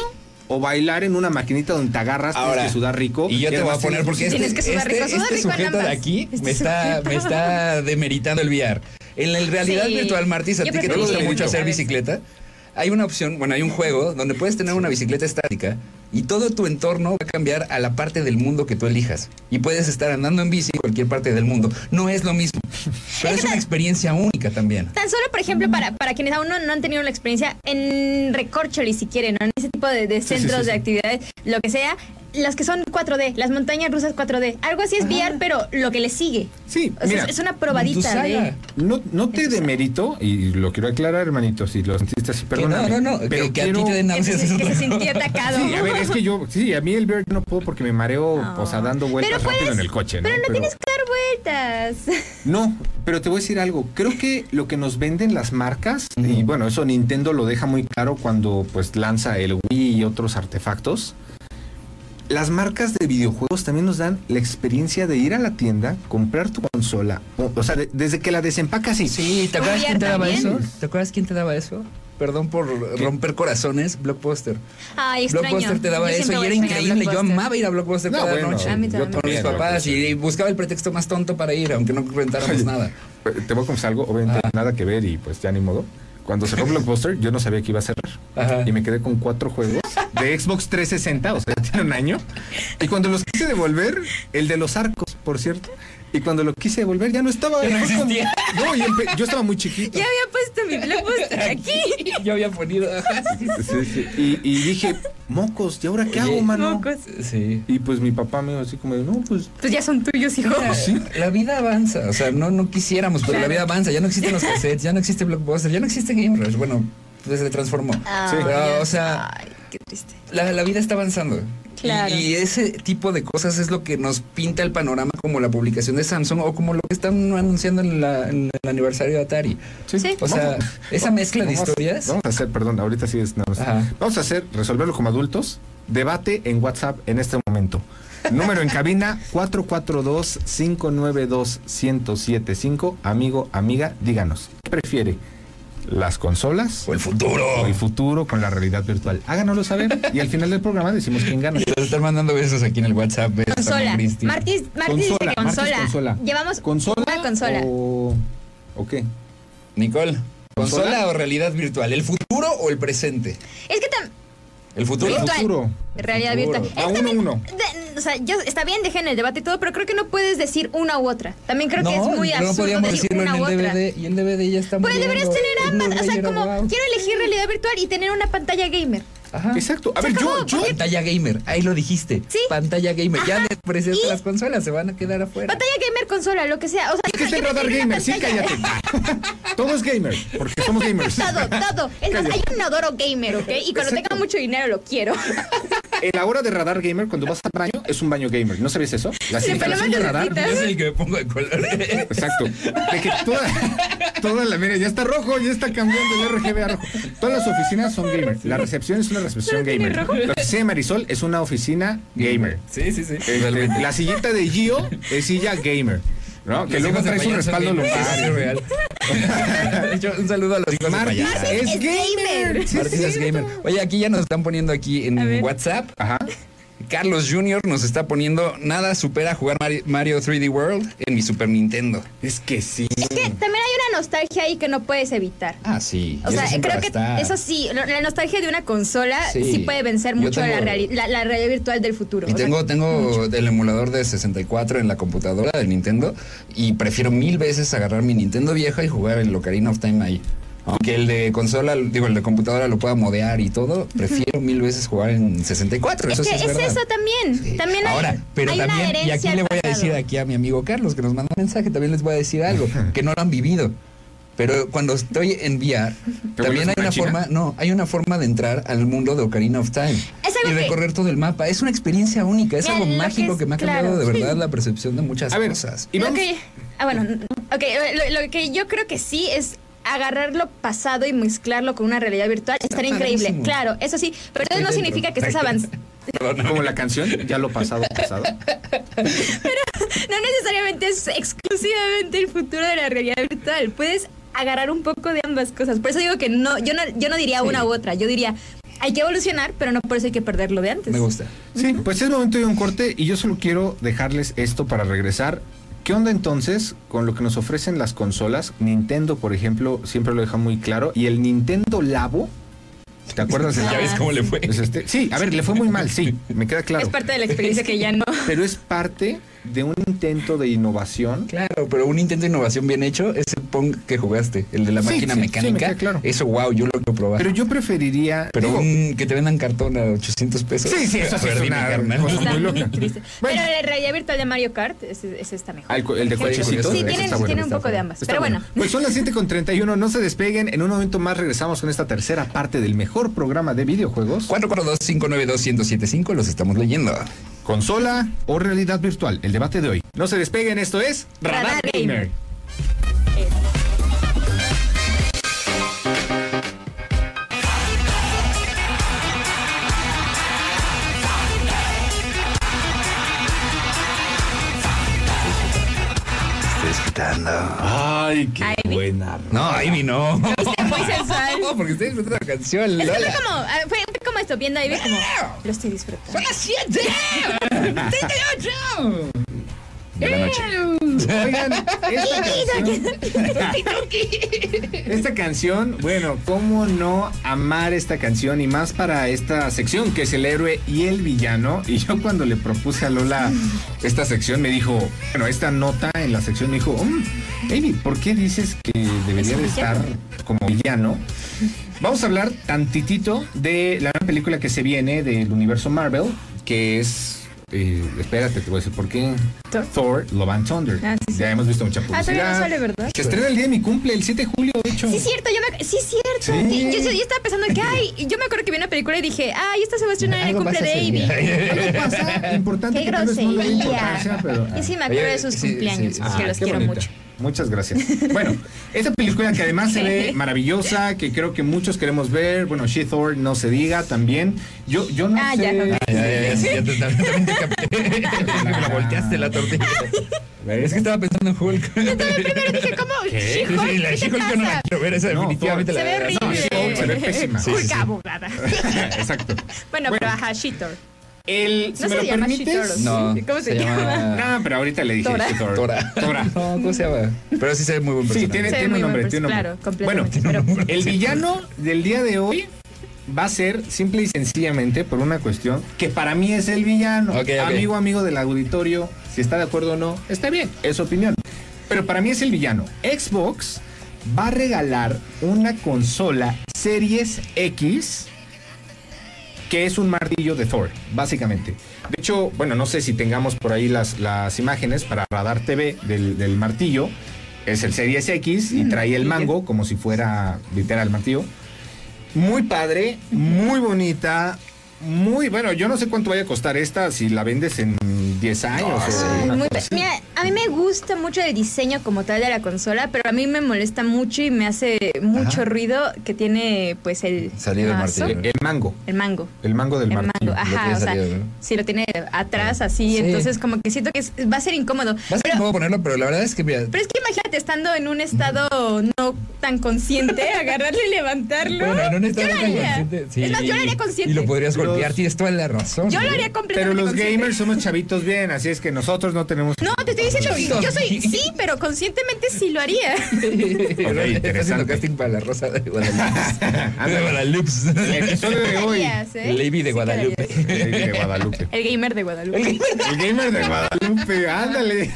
o bailar en una maquinita donde te agarras tienes que sudar rico? Y yo te voy a además poner tienes- porque este, Tienes que sudar este- rico, sudar este rico en sujeto de ambas. aquí Este me, está, sujeto. <laughs> me está demeritando el VR. En la realidad Sí. virtual, Martis, a Yo ti que te preferiría gusta el mucho hacer VR. bicicleta, hay una opción, bueno, hay un juego donde puedes tener una bicicleta estática y todo tu entorno va a cambiar a la parte del mundo que tú elijas. Y puedes estar andando en bici en cualquier parte del mundo. No es lo mismo, pero es una experiencia única también. Tan solo, por ejemplo, Mm. para, para quienes aún no, no han tenido la experiencia en Recorcholis, si quieren, ¿no? en ese tipo de, de centros sí, de sí. actividades, lo que sea, las que son 4D, las montañas rusas 4D, algo así es VR, pero lo que le sigue. Sí, O sea, mira. es una Tu probadita saga. de... No, no te Entonces- demerito, y lo quiero aclarar, hermanito, si lo sentiste así, Que perdóname. no, no, no, pero que, que a quiero- ti te den Que náuseas. se, es que se otra cosa. sintió <laughs> atacado. Sí, a ver, es que yo, sí, a mí el bird no puedo porque me mareo, No. o sea, dando Ah. Pero vueltas rápido puedes- en el coche, ¿no? Pero no tienes que dar vueltas. No, pero te voy a decir algo. Creo que lo que nos venden las marcas, y Ujú. bueno, eso Nintendo lo deja muy claro cuando pues lanza el Wii y otros artefactos. Las marcas de videojuegos también nos dan la experiencia de ir a la tienda, comprar tu consola. O, o sea, de- desde que la desempacas y... Sí, ¿te acuerdas VR quién te daba también. eso? ¿Te acuerdas quién te daba eso? Perdón por romper corazones, Blockbuster. <laughs> Ay, extraño. Blockbuster te daba Yo eso siempre y voy era a extrañar increíble. Yo Blockbuster. amaba ir a Blockbuster No, cada bueno, noche. A mí Yo también. con mis Bien, papás y buscaba el pretexto más tonto para ir, aunque no rentáramos nada. Te voy a confesar algo, obviamente Ah. nada que ver y pues ya ni modo. Cuando cerró <laughs> Blockbuster, yo no sabía que iba a cerrar. Ajá. Y me quedé con cuatro juegos de Xbox 360, o sea, ya tiene un año. Y cuando los quise devolver, el de los arcos, por cierto. Y cuando lo quise devolver, ya no estaba. Ya no Fue como- existía. No, y empe- yo estaba muy chiquito. <laughs> Ya había puesto mi <laughs> Blockbuster aquí. <laughs> Yo había ponido. Sí, sí. Y, y dije, mocos, ¿y ahora qué hago, Oye, mano? Mocos. Sí. Y pues mi papá me dijo así como, no, pues Pues ya son tuyos, <laughs> hijo. La vida avanza, o sea, no, no quisiéramos, pero la vida avanza. Ya no <laughs> existen los cassettes, ya no existe Blockbuster, ya no existe Game Rush. Bueno, pues se transformó. Ay, Pero, o Dios. sea, Ay, qué triste. La, la vida está avanzando. Claro. Y, y ese tipo de cosas es lo que nos pinta el panorama como la publicación de Samsung o como lo que están anunciando en, la- en el aniversario de Atari. Sí. O sea, esa mezcla de Vamos- historias. Vamos a hacer, perdón, ahorita sí es nada más. Ajá. Vamos a hacer, resolverlo como adultos, debate en WhatsApp en este momento. Número en cabina <laughs> 442-592-1075. Amigo, amiga, díganos, ¿qué prefiere? ¿Las consolas? O el futuro. o el futuro con la realidad virtual. Háganoslo saber y al final del programa decimos quién <laughs> gana. Nos están mandando besos aquí en el WhatsApp. besos a Consola. Cristi. Martis, Martis dice que Martes, consola. Llevamos consola. una consola. O, ¿o qué? Nicole, ¿consola, ¿Consola? o realidad virtual? ¿El futuro o el presente? Es que tam- ¿El futuro? Virtual. Futuro. Realidad Futuro. virtual. A uno, uno. de- o sea, yo está bien dejen el debate y todo, pero creo que no puedes decir una u otra. También creo no, que es muy no absurdo podíamos decir decirlo en una el u otra. DVD y el DVD ya está Pues muriendo. deberías tener El ambas, o Blu-ray sea, era como guau. quiero elegir realidad virtual y tener una pantalla gamer. Ajá. Exacto. A Se ver, yo, acabó, yo, Pantalla gamer, ahí lo dijiste. ¿Ah? Sí. Pantalla gamer. Ya Ajá. despreciaste Y- las consolas, se van a quedar afuera. Pantalla gamer, consola, lo que sea. O sea, Es que yo está en quiero radar tener una gamer, sí, pantalla. cállate. <laughs> Todos gamer, porque somos gamers. Todo, <laughs> <laughs> todo. Es más, hay un inodoro gamer, ¿ok? Y cuando tenga mucho dinero lo quiero. En la hora de radar gamer, cuando vas al baño, es un baño gamer. ¿No sabías eso? Las Sí, pero instalaciones no de te radar. necesitas. Yo soy el que me pongo de color. Exacto. De que toda, toda la mira, ya está rojo, ya está cambiando el RGB a rojo. Todas las oficinas son gamer. La recepción es una recepción tiene gamer. rojo. La oficina de Marisol es una oficina gamer. Sí, sí, sí. Este, la sillita de Gio es silla gamer. ¿no? Que Los luego hijos de trae su payaso respaldo gamer, lumbar. sí, es real. Yo- un saludo a los hijos de Martis payaso. es gamer. gamer. Sí, Martis sí, es sí. gamer. Oye, aquí ya nos están poniendo aquí en A ver. WhatsApp. Ajá. Carlos Jr. nos está poniendo nada supera jugar Mari- Mario 3D World en mi Super Nintendo. Es que sí. Es que también hay una nostalgia ahí que no puedes evitar. Ah, sí. O eso sea, siempre creo va que a estar. eso sí, lo- la nostalgia de una consola Sí. sí, puede vencer Yo mucho la, tengo- reali- la, la realidad virtual del futuro. Y O sea, tengo, tengo el emulador de 64 en la computadora de Nintendo y prefiero mil veces agarrar mi Nintendo vieja y jugar el Ocarina of Time ahí. Aunque el de consola, digo, el de computadora lo pueda modear y todo, prefiero mil veces jugar en 64. es Eso que sí es, es, verdad. eso también. Sí. También hay, Ahora, pero hay una también, y herencia aquí al le voy a pasado. decir aquí a mi amigo Carlos, que nos mandó un mensaje, también les voy a decir algo, que no lo han vivido. Pero cuando estoy en VR, ¿Te también vuelves hay una una china? forma, no, hay una forma de entrar al mundo de Ocarina of Time Es algo y que- recorrer todo el mapa. Es una experiencia única, es Mira, algo lo que mágico es- que me ha cambiado claro. de <laughs> verdad la percepción de muchas A ver, cosas. y Lo vamos, que- ah, bueno, n- ok, lo, lo que yo creo que sí es agarrar lo pasado y mezclarlo con una realidad virtual. Estaría increíble, padrísimo. claro, eso sí, pero eso Estoy no dentro. significa que estés avanzando. como la canción, ya lo pasado, pasado. No necesariamente es exclusivo exclusivamente el futuro de la realidad virtual. Puedes agarrar un poco de ambas cosas. Por eso digo que no, yo no, yo no diría una u otra. Yo diría, hay que evolucionar, pero no por eso hay que perder lo de antes. Me gusta. Sí, pues es momento de un corte y yo solo quiero dejarles esto para regresar. ¿Qué onda entonces con lo que nos ofrecen las consolas? Nintendo, por ejemplo, siempre lo deja muy claro. Y el Nintendo Labo, ¿te acuerdas? del <laughs> Ah. ¿Ya ves cómo le fue? Es este? Sí, a ver, le fue muy mal, sí, me queda claro. Es parte de la experiencia que ya no. Pero es parte de un intento de innovación. Claro, pero un intento de innovación bien hecho es el Pong que jugaste, el de la Sí, sí, máquina sí, me mecánica. queda claro. Eso, wow, yo lo quiero probar. Pero Pero, yo preferiría... digo, un- que te vendan cartón a 800 pesos. Sí, sí, eso sí es Perdí mi una carnal. cosa Está muy muy loca. triste. Bueno. Pero la realidad virtual de Mario Kart, ese, ese está mejor. Al co- Ah, el de Por ejemplo. cochecito, Sí, ese tiene, está bueno, tiene un está poco de ambas. Está pero bueno. Pues son las 7.31, no se despeguen. En un momento más regresamos con esta tercera parte del mejor programa de videojuegos. 442-592-1075, los estamos leyendo. Consola o realidad virtual, el debate de hoy. No se despeguen, esto es Radar Gamer. Estoy escuchando. Ay, qué Ivy. buena. No, Ivy no. Muy sensual. No, porque estoy disfrutando la canción. Es que Lola. fue como, ah, fue fue como esto, viendo ahí, como, lo estoy disfrutando. ¡Son las 7! ¡38! De la noche. Oigan, esta canción, esta canción, bueno, ¿cómo no amar esta canción? Y más para esta sección que es el héroe y el villano. Y yo cuando le propuse a Lola esta sección me dijo, bueno, esta nota en la sección me dijo, "Mm, Amy, ¿por qué dices que debería de estar como villano? Vamos a hablar tantitito de la gran película que se viene del universo Marvel, que es... eh, espérate, te voy a decir por qué. Thor. Thor, Love and Thunder. Ah, sí, sí. Ya hemos visto mucha Ah, todavía no publicidad. sale, ¿verdad? Se estrena el día de mi cumple, el 7 de julio, de hecho. Sí, cierto, yo me ac- Sí, cierto. Sí. Y Yo, yo estaba pensando que, ay, y yo me acuerdo que vi una película y dije, ay, esta se va a estrenar en el Algo cumple pasa de ese Amy. ¿Qué pasa? Importante Qué que tal vez no le dé grosería. importancia, pero... Y sí, me acuerdo de sus Oye, sí, cumpleaños, sí, Ah, que los qué quiero bonita. mucho. Muchas gracias. Bueno, esta película que además se <laughs> ve maravillosa, que creo que muchos queremos ver. Bueno, She Thor, no se diga también. Yo, yo no Ah, sé. ya, ok. Ya, ya, ya, sí, ya te- también- también te capté. Me la volteaste la tortilla. Es que estaba pensando en Hulk. Primero dije, ¿cómo? Sí, She-Hulk, sí, la ¿qué te She-Hulk yo no la pasa? quiero ver, esa No, definitivamente Thor. la Se ve <laughs> no, horrible. She-Hulk se ve pésima. Sí, Hulk sí, sí. abogada. <laughs> Exacto. Bueno, pero ajá, She-Thor. El, si No me se lo llama permites... She-Thor, No, ¿Cómo se No, pero ahorita le dije Tora. She Thor. Tora. Tora. No, ¿cómo se llama? Pero sí se ve muy buen Sí, personaje. tiene, Se ve tiene un muy nombre, buen tiene un pers- nombre. claro, completamente, Bueno, <laughs> pero- el villano del día de hoy va a ser simple y sencillamente por una cuestión que para mí es el villano. Ok, ok. Amigo, amigo del auditorio, si está de acuerdo o no, está bien, es su opinión. Pero para mí es el villano. Xbox va a regalar una consola Series X que es un martillo de Thor, básicamente. De hecho, bueno, no sé si tengamos por ahí las, las imágenes para Radar TV del, del martillo. Es el Series X Mm, y trae el mango como si fuera literal martillo. Muy padre, muy bonita, muy bueno. Yo no sé cuánto vaya a costar esta si la vendes en 10 años. o Ay, una muy cosa así. pe- Mira, a mí me gusta mucho el diseño como tal de la consola, pero a mí me molesta mucho y me hace mucho Ajá. ruido que tiene pues el Salido el mazo, martillo. El mango, el mango. el mango del El martillo. mango, Ah, ajá, tiene o sea, salido, ¿no? Ah, si lo tiene atrás así, Sí. entonces como que siento que es- va a ser incómodo. Va a ser pero, incómodo ponerlo, pero la verdad es que mira, pero es que imagínate estando en un estado no tan <laughs> consciente, agarrarle y levantarlo. bueno, no yo lo necesitas haría. consciente. sí. Es más, yo lo haría consciente. Y lo podrías Los- golpear, tienes toda la razón. yo lo güey. haría completamente Pero los consciente. gamers somos chavitos bien, así es que nosotros no tenemos. <laughs> No, te estoy diciendo que yo soy sí, pero conscientemente sí lo haría. <laughs> Está haciendo interesante. casting para la rosa de <laughs> Guadalupe. de Ah, <laughs> El Guadalupe. episodio de hoy. Harías, ¿eh? Lady de Sí, Guadalupe. harías. De Guadalupe. El gamer de Guadalupe. El gamer de Guadalupe, <laughs> ándale.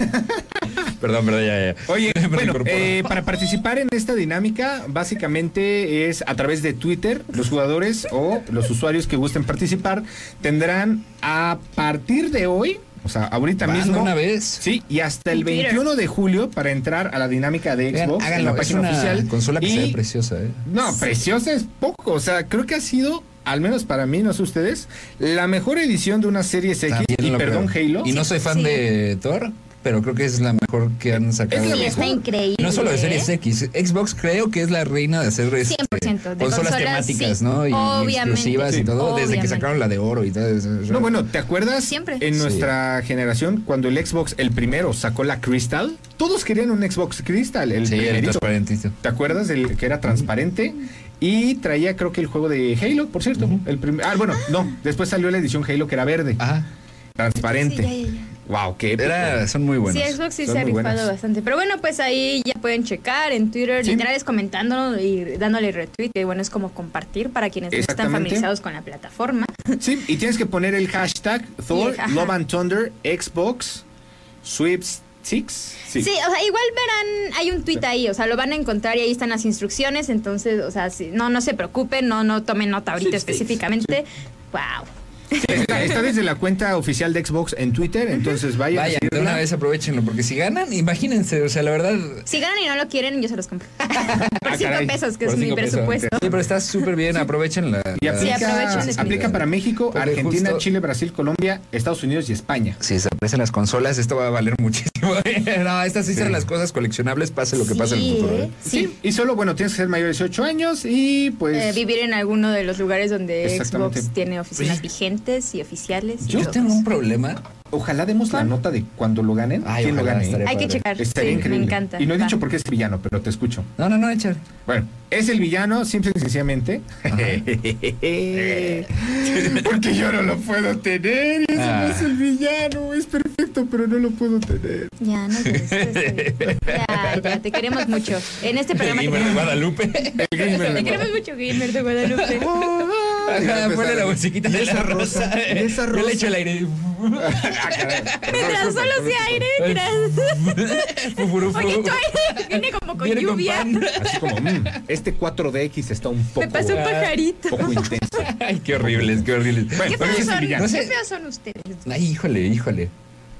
Perdón, perdón, ya, ya. <laughs> Oye, Me bueno, incorporo. eh, para participar en esta dinámica, básicamente es a través de Twitter, los jugadores o los usuarios que gusten participar tendrán a partir de hoy, o sea, ahorita Banda mismo. una vez. Sí, y hasta el Twitter. 21 de julio para entrar a la dinámica de Vean, Xbox en háganlo, la es página una oficial. consola que y, se ve preciosa, ¿eh? No, preciosa es poco, o sea, creo que ha sido, al menos para mí, no sé ustedes, la mejor edición de una serie X, También y lo perdón creo. Halo. Y no soy fan Sí. de Thor, pero creo que es la mejor que han sacado. Sí, está increíble. No solo de ¿eh? series X, Xbox creo que es la reina de hacer este, 100% de consolas, consolas, temáticas, sí. ¿no? Y Obviamente. exclusivas y Sí. todo, desde que Obviamente. sacaron la de oro y todo eso. No, bueno, ¿te acuerdas? Siempre. En Sí. nuestra generación, cuando el Xbox, el primero, sacó la Crystal, todos querían un Xbox Crystal, el sí, el primerito. transparentito. ¿Te acuerdas del que era transparente? Y traía, creo que el juego de Halo, por cierto. el prim- ah, bueno, no. Después salió la edición Halo que era verde, Ajá. transparente. Sí, ya, ya, ya. Wow, qué. épico. Era, son muy buenos. Sí, Xbox sí Son se ha muy rifado buenas. bastante. Pero bueno, pues ahí ya pueden checar en Twitter, Sí. literal es comentando y dándole retweet, que bueno, es como compartir para quienes no están Exactamente. familiarizados con la plataforma. Sí, y tienes que poner el hashtag Thor, el- ajá. Love and Thunder, Xbox, Sweeps 6. Sí. o sea, igual verán, hay un tweet ahí, o sea, lo van a encontrar y ahí están las instrucciones, entonces, o sea, sí, no, no se preocupen, no, no tomen nota ahorita Sí, sí, específicamente. Wow. Está, está desde la cuenta oficial de Xbox en Twitter, entonces vayan. Vayan, de una vez aprovechenlo, porque si ganan, imagínense, o sea, la verdad. Si ganan y no lo quieren, yo se los compro. <laughs> por Ah, cinco caray, pesos, que por es mi cinco pesos, presupuesto. Sí, pero está súper bien, aprovechen la. Y la- aplica, aprovechen de- aplica para México, Porque Argentina, justo- Chile, Brasil, Colombia, Estados Unidos y España. Si desaparecen las consolas, esto va a valer muchísimo. <laughs> no, estas sí, son las cosas coleccionables, pase lo que pase en el Sí, futuro. ¿eh? ¿eh? Sí. Y solo, bueno, tienes que ser mayor de 18 años y pues... Eh, vivir en alguno de los lugares donde Exactamente. Pues Xbox tiene oficinas Sí. vigentes y oficiales. y Yo todo tengo eso. un problema. Ojalá demos la nota de cuando lo ganen. Ay, ¿Quién lo ojalá, gane? estaría ¿eh? Hay que padre. checar. Estaría sí, increíble. Me encanta. Y no he Va. dicho por qué es villano, pero te escucho. No, no, no, échale. Bueno, es el villano, simple y sencillamente. <laughs> Porque yo no lo puedo tener. y Ese Ah. no es el villano. Es perfecto, pero no lo puedo tener. Ya, no llores, está bien. Ya, ya, te queremos mucho. En este programa te Gamer de queremos, <laughs> Guadalupe. El gamer te de queremos mucho, Gamer de Guadalupe. Guadalajara. Ajá, Ponle la musiquita Y de esa la rosa. rosa, y esa Yo le rosa. echo <laughs> el aire. Ah, caray. Mientras solo sea aire, mientras... Fufurufú. Porque tu aire viene como con Viene con lluvia. <laughs> pan. Así como, mm, este 4DX está un poco, Me pasó un pajarito. <laughs> poco intenso. Ay, qué horribles, qué horribles. Bueno, ¿Qué pero feos es el son, villano. No qué sé. feos son ustedes? Ay, híjole, híjole.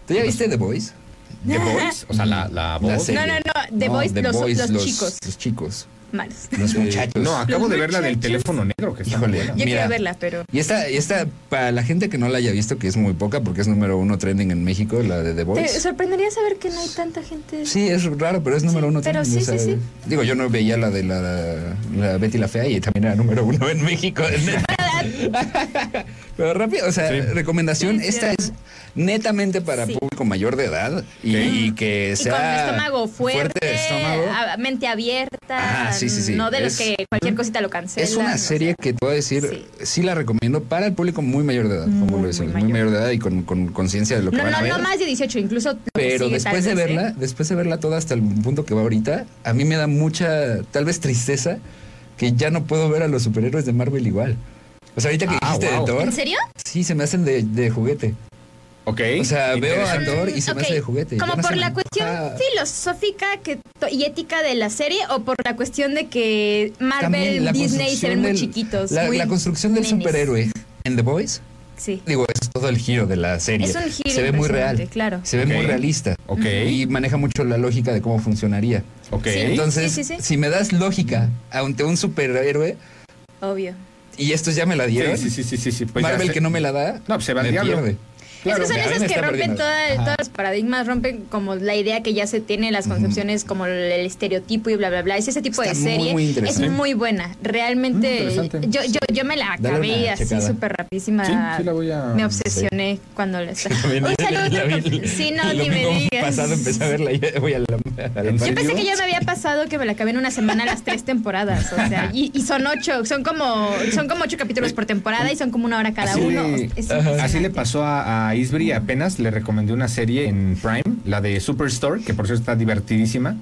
¿Tú ya viste The Voice? The Voice, o sea, la, la La voz. serie. No, no, no, The Voice, los- los chicos. Los chicos, Malos. los Eh, muchachos. No, acabo Los de ver la del muchachos. teléfono negro, que está Híjole. buena. Yo Mira. quiero verla, pero... Y esta, y esta, para la gente que no la haya visto, que es muy poca, porque es número uno trending en México, la de The Pues Te Voice. sorprendería saber que no hay tanta gente. Sí, es raro, pero es número Sí, uno pero trending. sí, sí, sí. Digo, yo no veía la de la, la Betty la Fea y también era número uno <laughs> en México. pero rápido, o sea, Sí. recomendación, Sí, esta es cierto. netamente para Sí. público mayor de edad y, y que Y sea... con estómago fuerte, de estómago. a- mente abierta, Ah, sí, sí, sí. no de los Es- que cualquier cosita lo cancela. Es una serie que te voy a decir, sí. sí. la recomiendo para el público muy mayor de edad, Muy, como lo decimos, muy muy mayor de edad y con con conciencia de lo que No, van a no, ver. no más de 18, incluso. lo que Pero sigue, después de tal vez, ¿eh? verla, después de verla toda hasta el punto que va ahorita, a mí me da mucha, tal vez tristeza, que ya no puedo ver a los superhéroes de Marvel igual. O sea, ahorita que Ah, dijiste wow. de Thor, ¿En serio? sí, se me hacen de, de juguete. Ok. O sea, veo a interesante. Thor y se me Mm, Ok, hace de juguete. Como Ya no se por me la cuestión antoja. filosófica que, to- y ética de la serie, o por la cuestión de que También Marvel, la Disney se ven construcción muy del- chiquitos. La, muy la construcción del nenes. superhéroe en The Boys Sí. Digo, es todo el giro de la serie. Es un giro Se ve muy impresionante, real. claro. Se ve Ok. muy realista. Ok. Y maneja mucho la lógica de cómo funcionaría. Ok. Sí, Entonces, sí, sí. si me das lógica ante un superhéroe, Obvio. y estos ya me la dieron, Sí, sí, sí, sí, sí, sí, pues ya Marvel sé. que no me la da, No, pues se va al me diablo. pierde. Claro, es que a son mí me esas que está rompen perdiendo. toda- Ajá. todos los paradigmas, rompen como la idea que ya se tiene, las concepciones como el estereotipo y bla, bla, bla. Es ese tipo Está de serie. muy interesante. es muy buena. Mm, Realmente, interesante. yo, yo, yo me la Dale acabé una así checada. súper rapidísima. Sí, sí la voy a- Me obsesioné cuando la <laughs> estaba. La vi- Un la saludo. vi el- Sí, no, el ni me domingo digas. pasado empecé a verla y ya voy a la... a la- Yo Yo pensé ¿Perdido? que ya me había pasado que me la acabé en una semana las tres temporadas, o sea, y, y son ocho, son como, son como ocho capítulos por temporada y son como una hora cada Así uno. le, Es Ajá. así le impresionante. pasó a, a Isbury apenas, le recomendé una serie en Prime, la de Superstore, que por cierto está divertidísima.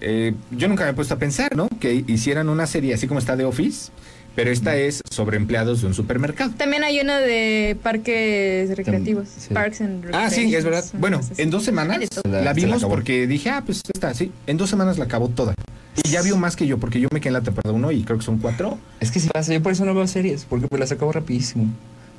Eh, yo nunca me he puesto a pensar, ¿no? Que hicieran una serie así como está de Office, pero esta es sobre empleados de un supermercado. También hay uno de parques recreativos. sí. Parks and Ah, sí, es verdad. Recreations, Bueno, cosas así. en dos semanas Hay de todo. la- se la la vimos acabó. porque dije, ah, pues esta, sí. En dos semanas la acabó toda. Y ya vio más que yo, porque yo me quedé en la temporada uno y creo que son cuatro. Es que si pasa, yo por eso no veo series, porque me las acabo rapidísimo.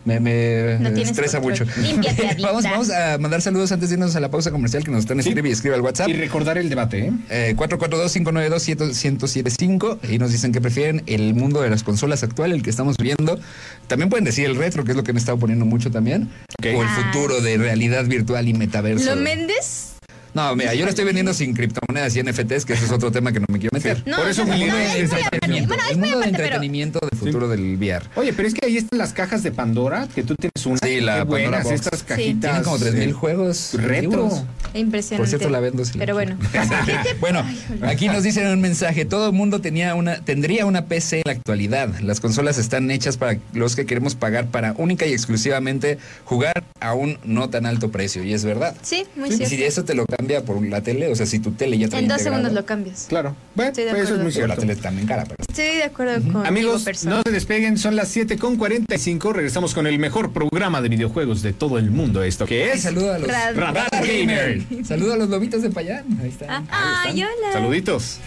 Me, me No tienes estresa mucho. control. Límpiate, adicta. <laughs> vamos, vamos a mandar saludos antes de irnos a la pausa comercial que nos están Sí. escribiendo y escribe al WhatsApp. Y recordar el debate, ¿eh? Eh, 442-592-1075 y nos dicen que prefieren el mundo de las consolas actual, el que estamos viviendo. También pueden decir el retro, que es lo que me estado poniendo mucho también, Ok. o el Ah. futuro de realidad virtual y metaverso. Lo Méndez No, mira, yo lo estoy vendiendo sin criptomonedas y NFTs, que ese es otro tema que no me quiero meter. No, Por eso no, mi no, libro ahí es es muy aparte. Bueno, ahí el es muy mundo del aparte, pero entretenimiento del futuro del VR. Oye, pero es que ahí están las cajas de Pandora, que tú tienes una. Sí, la Qué buenas Pandora Box. estas Sí. cajitas. Tienen como 3.000 eh, juegos Retro. antiguos. e impresionante. Por cierto, la vendo. si la Pero bueno. <laughs> quieren. <laughs> bueno, aquí nos dicen en un mensaje, todo el mundo tenía una, tendría una PC en la actualidad. Las consolas están hechas para los que queremos pagar para única y exclusivamente jugar a un no tan alto precio. Y es verdad. Sí, muy Y cierto. si eso te lo cambia por la tele, o sea, si tu tele ya trae En dos integrado- segundos lo cambias. Claro. Bueno, Estoy de pues eso es acuerdo. muy Digo, la cierto. tele está bien cara, pero... Estoy de acuerdo con Amigos, Diego Persona. no se despeguen, son las 7 con 45. Regresamos con el mejor programa de videojuegos de todo el mundo. Esto que Ay, es. saludo a los... Rad- Radar Gamer. Saludo a los lobitos de Payán. Ahí están. Ah, Ahí ay, están. hola. Saluditos.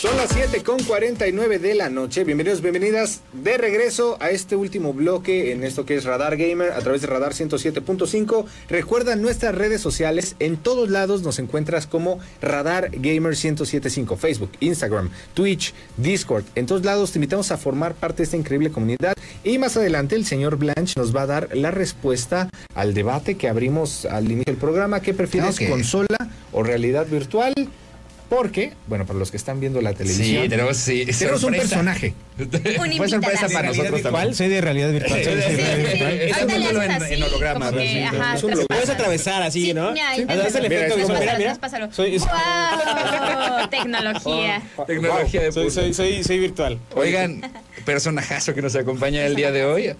Son las 7 con 49 de la noche. Bienvenidos, bienvenidas de regreso a este último bloque en esto que es Radar Gamer a través de Radar 107.5. Recuerda nuestras redes sociales. En todos lados nos encuentras como Radar Gamer 107.5. Facebook, Instagram, Twitch, Discord. En todos lados te invitamos a formar parte de esta increíble comunidad. Y más adelante el señor Blanche nos va a dar la respuesta al debate que abrimos al inicio del programa. ¿Qué prefieres, Ok. consola o realidad virtual? Porque, bueno, para los que están viendo la televisión, Sí, tenemos, sí, tenemos un sorpresa. personaje. Un Fue sorpresa invitadazo. para nosotros ¿Cuál? también. Soy de realidad virtual. soy de Sí, sí, realidad sí. Está virtual. Ahorita le viéndolo haces en- así, en holograma, como que, sí, ajá, es un holograma. Puedes traspasa. atravesar así, Sí, ¿no? mira, ahí Sí. te- Haz el Mira, efecto ahí visual. está. Mira, mira. Traspásalo. <laughs> Soy- ¡Wow! Tecnología. Oh, Tecnología de Soy, punta. soy, soy, soy virtual. Oigan, personajazo que nos acompaña el día de hoy.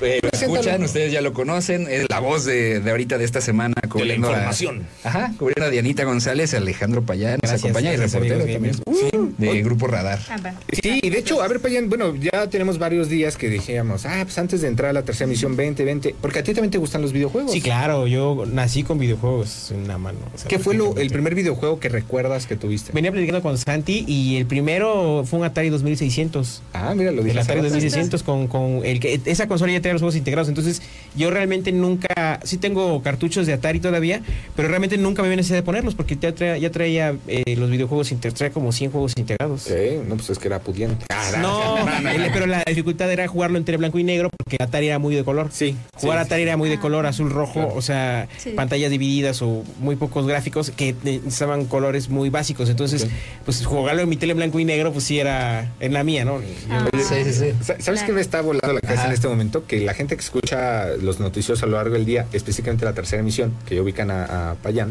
Eh, lo escuchan, ustedes ya lo conocen, es la voz de, de ahorita de esta semana cubriendo a- información. ajá, cubriendo a Dianita González, Alejandro Payán, nos Gracias, acompaña y gracias, reportero amigos también de Grupo Radar. Ambas. Sí, y de hecho, a ver, Payan, bueno, ya tenemos varios días que dijimos, ah, pues antes de entrar a la tercera misión 2020, porque a ti también te gustan los videojuegos. Sí, claro, yo nací con videojuegos en la mano. o sea, ¿Qué fue lo, el prácticamente. primer videojuego que recuerdas que tuviste? Venía platicando con Santi y el primero fue un Atari 2600. Ah, mira, lo El dije. hace Atari rato. 2600 con, con el que esa consola ya trae los juegos integrados, entonces yo realmente nunca, sí tengo cartuchos de Atari todavía, pero realmente nunca me había necesidad de ponerlos porque ya traía, ya traía eh, los videojuegos, inte- traía como 100 juegos integrados. Sí, no, pues es que era pudiente. No, el- pero la dificultad era jugarlo entre blanco y negro porque Atari era muy de color. Sí. Jugar Atari era muy de color azul rojo, o sea, Sí. pantallas divididas o muy pocos gráficos que necesitaban colores muy básicos. Entonces, Ok. pues jugarlo en mi tele en blanco y negro, pues sí era en la mía, ¿no? Sí, sí, sí. Sa- ¿Sabes Claro. qué me está volando la cabeza Ajá. en este momento? Que la gente que escucha los noticiosos a lo largo del día, específicamente la tercera emisión, que ya ubican a, a Payán,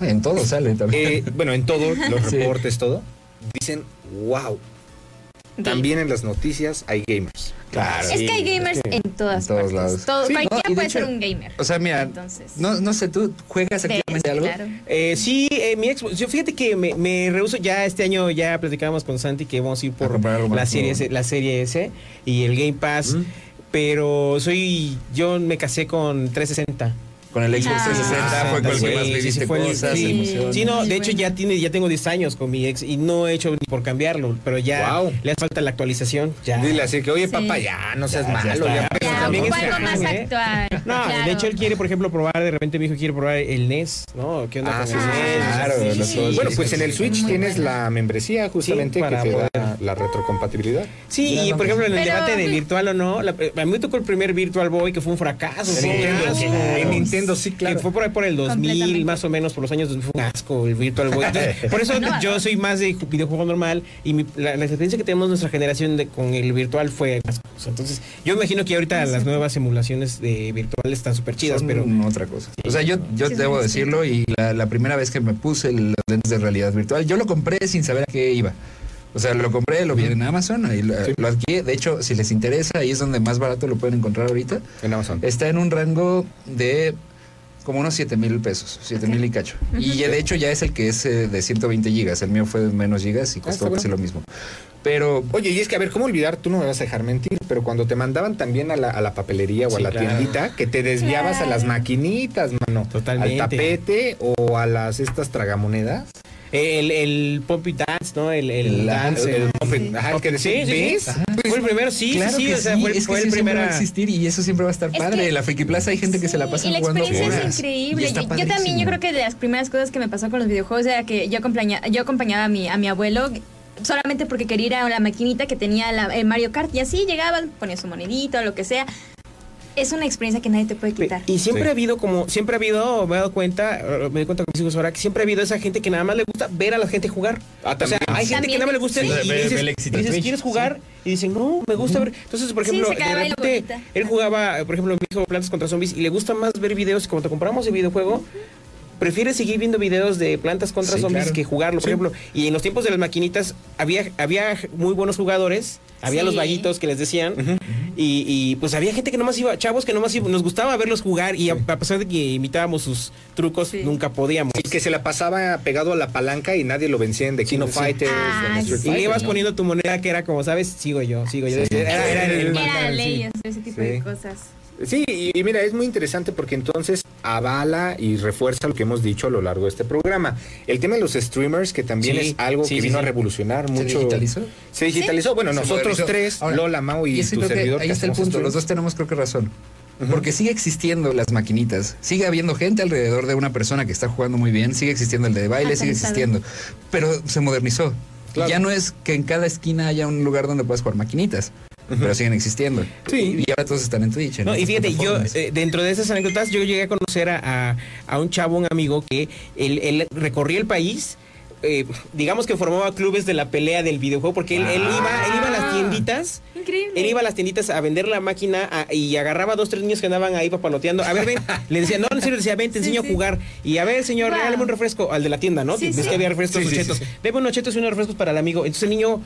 En todo sale también. eh, bueno, en todo, los Sí. reportes, todo, dicen, wow, también en las noticias hay gamers. Claro. Es que hay gamers en todas En todos partes. lados. Todo- Sí, no, cualquiera y de puede hecho- ser un gamer. O sea, mira, Entonces- no, no sé, ¿tú juegas activamente algo? Claro. Eh, sí, eh, mi Xbox. Yo fíjate que me, me rehuso. Ya este año ya platicábamos con Santi que vamos a ir A por comprar algo la más serie, nuevo. S- la serie S y el Game Pass. Pero soy. Yo me casé con 360. Con el Xbox Ah. 360 fue con el que Sí, más sí, viviste sí, fue el- cosas, sí. emociones. Sí, no, Muy de hecho bueno. ya tiene, ya tengo 10 años con mi ex y no he hecho ni por cambiarlo, pero ya Guau. le hace falta la actualición. Ya. Dile así que, oye, Sí. papá, ya no seas Ya, ya malo. Ya, está. pues, Ya, también un es juego más caro, ¿eh? actual. No, claro. de hecho él quiere, por ejemplo, probar, de repente mi hijo quiere probar el NES, ¿no? ¿Qué onda Ah, con sí, el sí, sí, NES? claro, O sea, los sí. juegos Bueno, Bueno, pues en el Switch muy tienes buena. la membresía justamente para que te da poder- la retrocompatibilidad. Sí, y por ejemplo, en el Pero- debate de virtual o no, la- a mí me tocó el primer Virtual Boy que fue un fracaso. En fue un Nintendo, asco. en Nintendo, sí, claro. Que fue por ahí por el 2000, Completamente. más o menos, por los años 2000, fue un asco el Virtual <laughs> Boy. Entonces, por eso No. yo soy más de ju- videojuego normal y mi- la, la experiencia que tenemos nuestra generación de- con el virtual fue asco. O sea, Entonces, yo imagino que ahorita las nuevas simulaciones de virtuales están súper chidas, Son pero... otra cosa. O sea, yo, yo Sí, es debo muy decirlo y la, la primera vez que me puse el- los lentes de realidad virtual, yo lo compré sin saber a qué iba. O sea, lo compré, lo vi en Amazon y lo, lo adquirí. De hecho, si les interesa, ahí es donde más barato lo pueden encontrar ahorita. En Amazon. Está en un rango de como unos 7 mil pesos, 7 mil y cacho. Y ya, de hecho ya es el que es eh, de 120 gigas. El mío fue de menos gigas Ah, y está costó bueno. casi lo mismo. Pero Oye, y es que, a ver, ¿cómo olvidar? Tú no me vas a dejar mentir, pero cuando te mandaban también a la, a la papelería o a Sí, la claro. tiendita, que te desviabas a las maquinitas, mano. Totalmente. Al tapete o a las estas tragamonedas. El, el Pop It Dance, ¿no? El, el La- dance. el el- Muppet, ajá, el que decía, Sí, sí, sí. ¿ves? Ajá. Fue el primero, sí, sí, Claro Pues, sí, que o sea, fue, es que fue sí, el siempre primero. va a existir y eso siempre va a estar Es padre. que- En la Friki Plaza hay gente que se la sí, pasa y la jugando experiencia horas. es increíble. Y está Yo- yo también padrísimo. yo creo que de las primeras cosas que me pasó con los videojuegos era que yo acompañaba, yo acompañaba a mi, a mi abuelo solamente porque quería ir a la maquinita que tenía la- el Mario Kart y así llegaba, ponía su monedito, lo que sea. Es una experiencia que nadie te puede quitar. Y siempre Sí. ha habido como, siempre ha habido, me he dado cuenta, eh, me doy cuenta con mis hijos ahora, que siempre ha habido esa gente que nada más le gusta ver a la gente jugar. Ah, o sea, también. hay gente que También. nada más le gusta Sí, y, ve- dices, ve el éxito y dices, de Twitch, ¿quieres jugar? Y dicen, no, me gusta ver. Entonces, por Sí, ejemplo, se cae de la repente, bolita. él jugaba, eh, por ejemplo, mi hijo Plantas contra Zombies y le gusta más ver videos, como te compramos el videojuego. Prefiere seguir viendo videos de plantas contra Sí, zombies claro. que jugarlo, por Sí. ejemplo. Y en los tiempos de las maquinitas había, había muy buenos jugadores, había los Sí. vaguitos que les decían, y, y, pues había gente que nomás iba, chavos que nomás iba- nos gustaba verlos jugar y a, a pesar de que imitábamos sus trucos, Sí. nunca podíamos. Y que se la pasaba pegado a la palanca y nadie lo vencía en The King of sí. Fighters. Ah, en Street Y le Fighter, ibas ¿no? poniendo tu moneda que era como, ¿sabes? Sigo yo, sigo yo. Sí. Era, era el Era marcar, Era sí. leyes, ese tipo Sí. de cosas. Sí, y, y mira, es muy interesante porque entonces avala y refuerza lo que hemos dicho a lo largo de este programa. El tema de los streamers, que también Sí, es algo sí, que sí, vino sí. a revolucionar ¿Se mucho. digitalizó? Se digitalizó. Bueno, Se nosotros modernizó. tres, Ahora, Lola, Mau y, es que tu creo que servidor. Ahí que está el hacemos punto. stream. Los dos tenemos creo que razón. Porque sigue existiendo las maquinitas, sigue habiendo gente alrededor de una persona que está jugando muy bien, sigue existiendo el de baile, Hasta sigue el salón. existiendo, pero se modernizó. Claro. Ya no es que en cada esquina haya un lugar donde puedas jugar maquinitas, pero siguen existiendo. Sí. Y ahora todos están en Twitch. en No, y estas fíjate, yo plataformas. eh, dentro de esas anécdotas, yo llegué a conocer a, a- a un chavo, un amigo, que él, él recorría el país. eh, digamos que formaba clubes de la pelea del videojuego porque él, él iba él iba a las tienditas Increíble. Él iba a las tienditas a vender la máquina a- y agarraba dos, tres niños que andaban ahí papaloteando. A <laughs> ver, ven. Le decía, no, en serio, le decía, ven, te enseño Sí, a sí. jugar. Y a ver, señor, Wow. regálame un refresco al de la tienda, ¿no? Sí, Ves sí. que había refrescos, Sí, sí, chetos. sí, sí. Deme unos chetos y unos refrescos para el amigo. Entonces el niño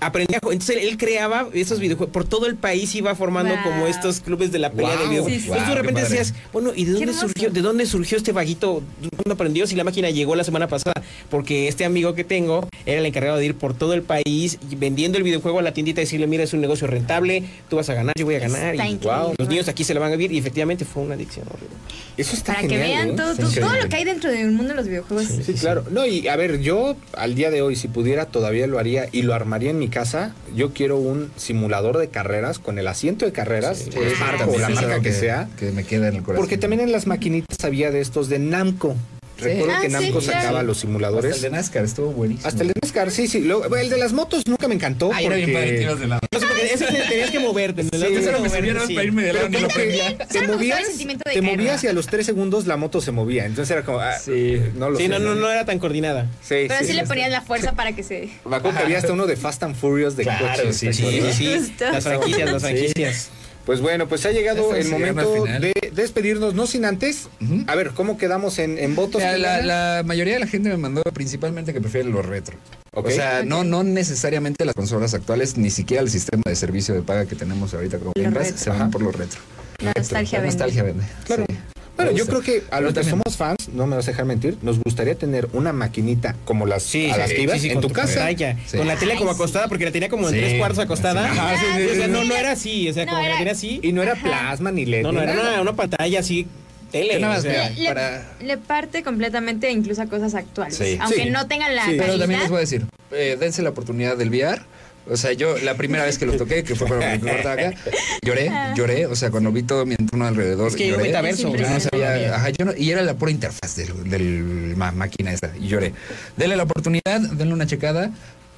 aprendía a jugar. Entonces él, él creaba esos videojuegos. Por todo el país iba formando Wow. como estos clubes de la pelea Wow. de videojuegos. Sí, sí. Entonces tú Wow, de qué repente padre. decías, bueno, ¿y de dónde hermoso. surgió? ¿De dónde surgió este vaguito? ¿Cuándo aprendió? Si la máquina llegó la semana pasada. Porque este amigo que tengo era el encargado de ir por todo el país y vendiendo el videojuego a la tiendita y decirle, mira, es un negocio rentable, tú vas a ganar, yo voy a ganar. Está y increíble. wow, los niños aquí se la van a vivir. Y efectivamente fue una adicción horrible. Eso está Para genial, que vean ¿eh? todo, Sí, todo, sí. todo lo que hay dentro del mundo de los videojuegos. Sí, claro. No, y a ver, yo al día de hoy, si pudiera, todavía lo haría y lo armaría en mi casa. Yo quiero un simulador de carreras con el asiento de carreras, Sí, pues, por el eso marco o también la es marca algo que sea. Que me queda en el corazón. Porque también en las maquinitas había de estos de Namco. Sí. Recuerdo Ah, que sí, Namco claro. sacaba los Hasta simuladores. el de NASCAR estuvo buenísimo. Hasta el de NASCAR, sí, sí. Luego, bueno, el de las motos nunca me encantó. Ay, era bien porque- padre, te ibas de lado. No sé, porque ese te- tenías que moverte. ¿no? Sí, Tenías que pero me moverte, servía nada más sí. para irme de lado, Pero ni lo como que prendía. te Solo me gustaba el movías, sentimiento de te caer, movías ¿verdad? y a los tres segundos la moto se movía. Entonces era como, ah, Sí. no lo Sí, sé. no, no, no era tan coordinada. Sí, Pero sí, le sí. ponían la fuerza para que se... Me acuerdo que había hasta uno de Fast and Furious de Claro, coches. sí, ¿te sí, acuerdas? Sí, sí, Justo. las franquicias, las Sí. franquicias. Pues bueno, pues ha llegado Ya el estamos llegando momento al final. de despedirnos, no sin antes. Ujú. A ver, ¿cómo quedamos en, en votos? Mira, la, la mayoría de la gente me mandó principalmente que prefiere los retro. Ok. O sea, no, no necesariamente las consolas actuales, ni siquiera el sistema de servicio de paga que tenemos ahorita como Game Pass, retro. se van por los retro. La nostalgia La vende. nostalgia vende. Claro. sí. Bueno, Me yo gusta. creo que a Yo los que también. somos fans, no me vas a dejar mentir, nos gustaría tener una maquinita como las, Sí, a las que ibas sí, sí, en con tu casa. pantalla, Sí. Con la tele como acostada, porque la tenía como en Sí, tres cuartos acostada. sí. Ajá, sí, sí, o sea, sí. no, no era así, o sea, No, como que la era- tenía así. Y no era plasma ni LED. No, ni no, era nada. una, una pantalla así, tele. Yo nada o más sea. veía. Le, para- le parte completamente incluso a cosas actuales. Sí. Aunque Sí. no tengan la Sí. Pero calidad. también les voy a decir, eh, dense la oportunidad del VR. O sea, yo la primera vez que lo toqué, que fue cuando me cortaba acá, <laughs> lloré, Ah. lloré. O sea, cuando vi todo mi entorno alrededor, Es que yo lloré. metaverso. Yo <laughs> no ¿no? sabía, ajá, yo no- y era la pura interfaz del, del ma- máquina esta, y lloré. Denle la oportunidad, denle una checada.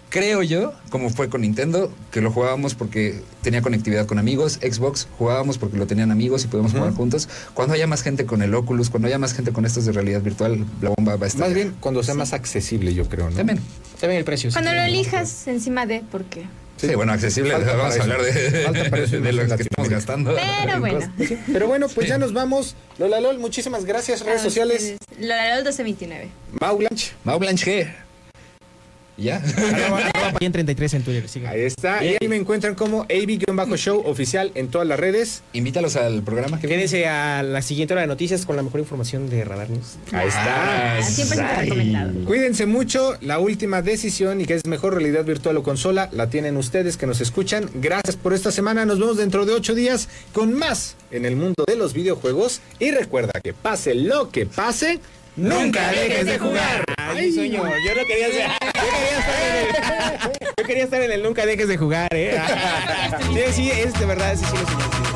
Creo yo, como fue con Nintendo, que lo jugábamos porque tenía conectividad con amigos, Xbox jugábamos porque lo tenían amigos y podíamos jugar juntos. Cuando haya más gente con el Oculus, cuando haya más gente con estos de realidad virtual, la bomba va a estar. Más bien cuando sea más accesible, yo creo, ¿no? También. También el precio. sí. Cuando lo elijas encima de, ¿por qué? Sí, bueno, accesible. Falta para vamos eso. a hablar de, Falta para eso <laughs> de lo en que estamos gastando. Pero Ah, bueno. Pues sí. Pero bueno, pues ya nos vamos. Lola LOL, muchísimas gracias. Ah, Redes sociales. Lolarol 1229. Mau Blanch. Mau Blanche. Ya. <laughs> Arroba- arroba Payen 33 en Twitter. sigue. Ahí está. Y ahí me encuentran como AB-Show oficial en todas las redes. Invítalos al programa que viene. Quédense a la siguiente hora de noticias con la mejor información de Radar News. Ahí está. Ah, 100% recomendado. Cuídense mucho. La última decisión y que es mejor realidad virtual o consola la tienen ustedes que nos escuchan. Gracias por esta semana. Nos vemos dentro de ocho días con más en el mundo de los videojuegos. Y recuerda que pase lo que pase, ¡Nunca dejes de jugar! Ay, mi sueño, yo no quería ser- Yo quería <laughs> estar en el. Yo quería estar en el nunca dejes de jugar, ¿eh? Sí, sí, es de verdad, sí, sí, lo soñé, sí.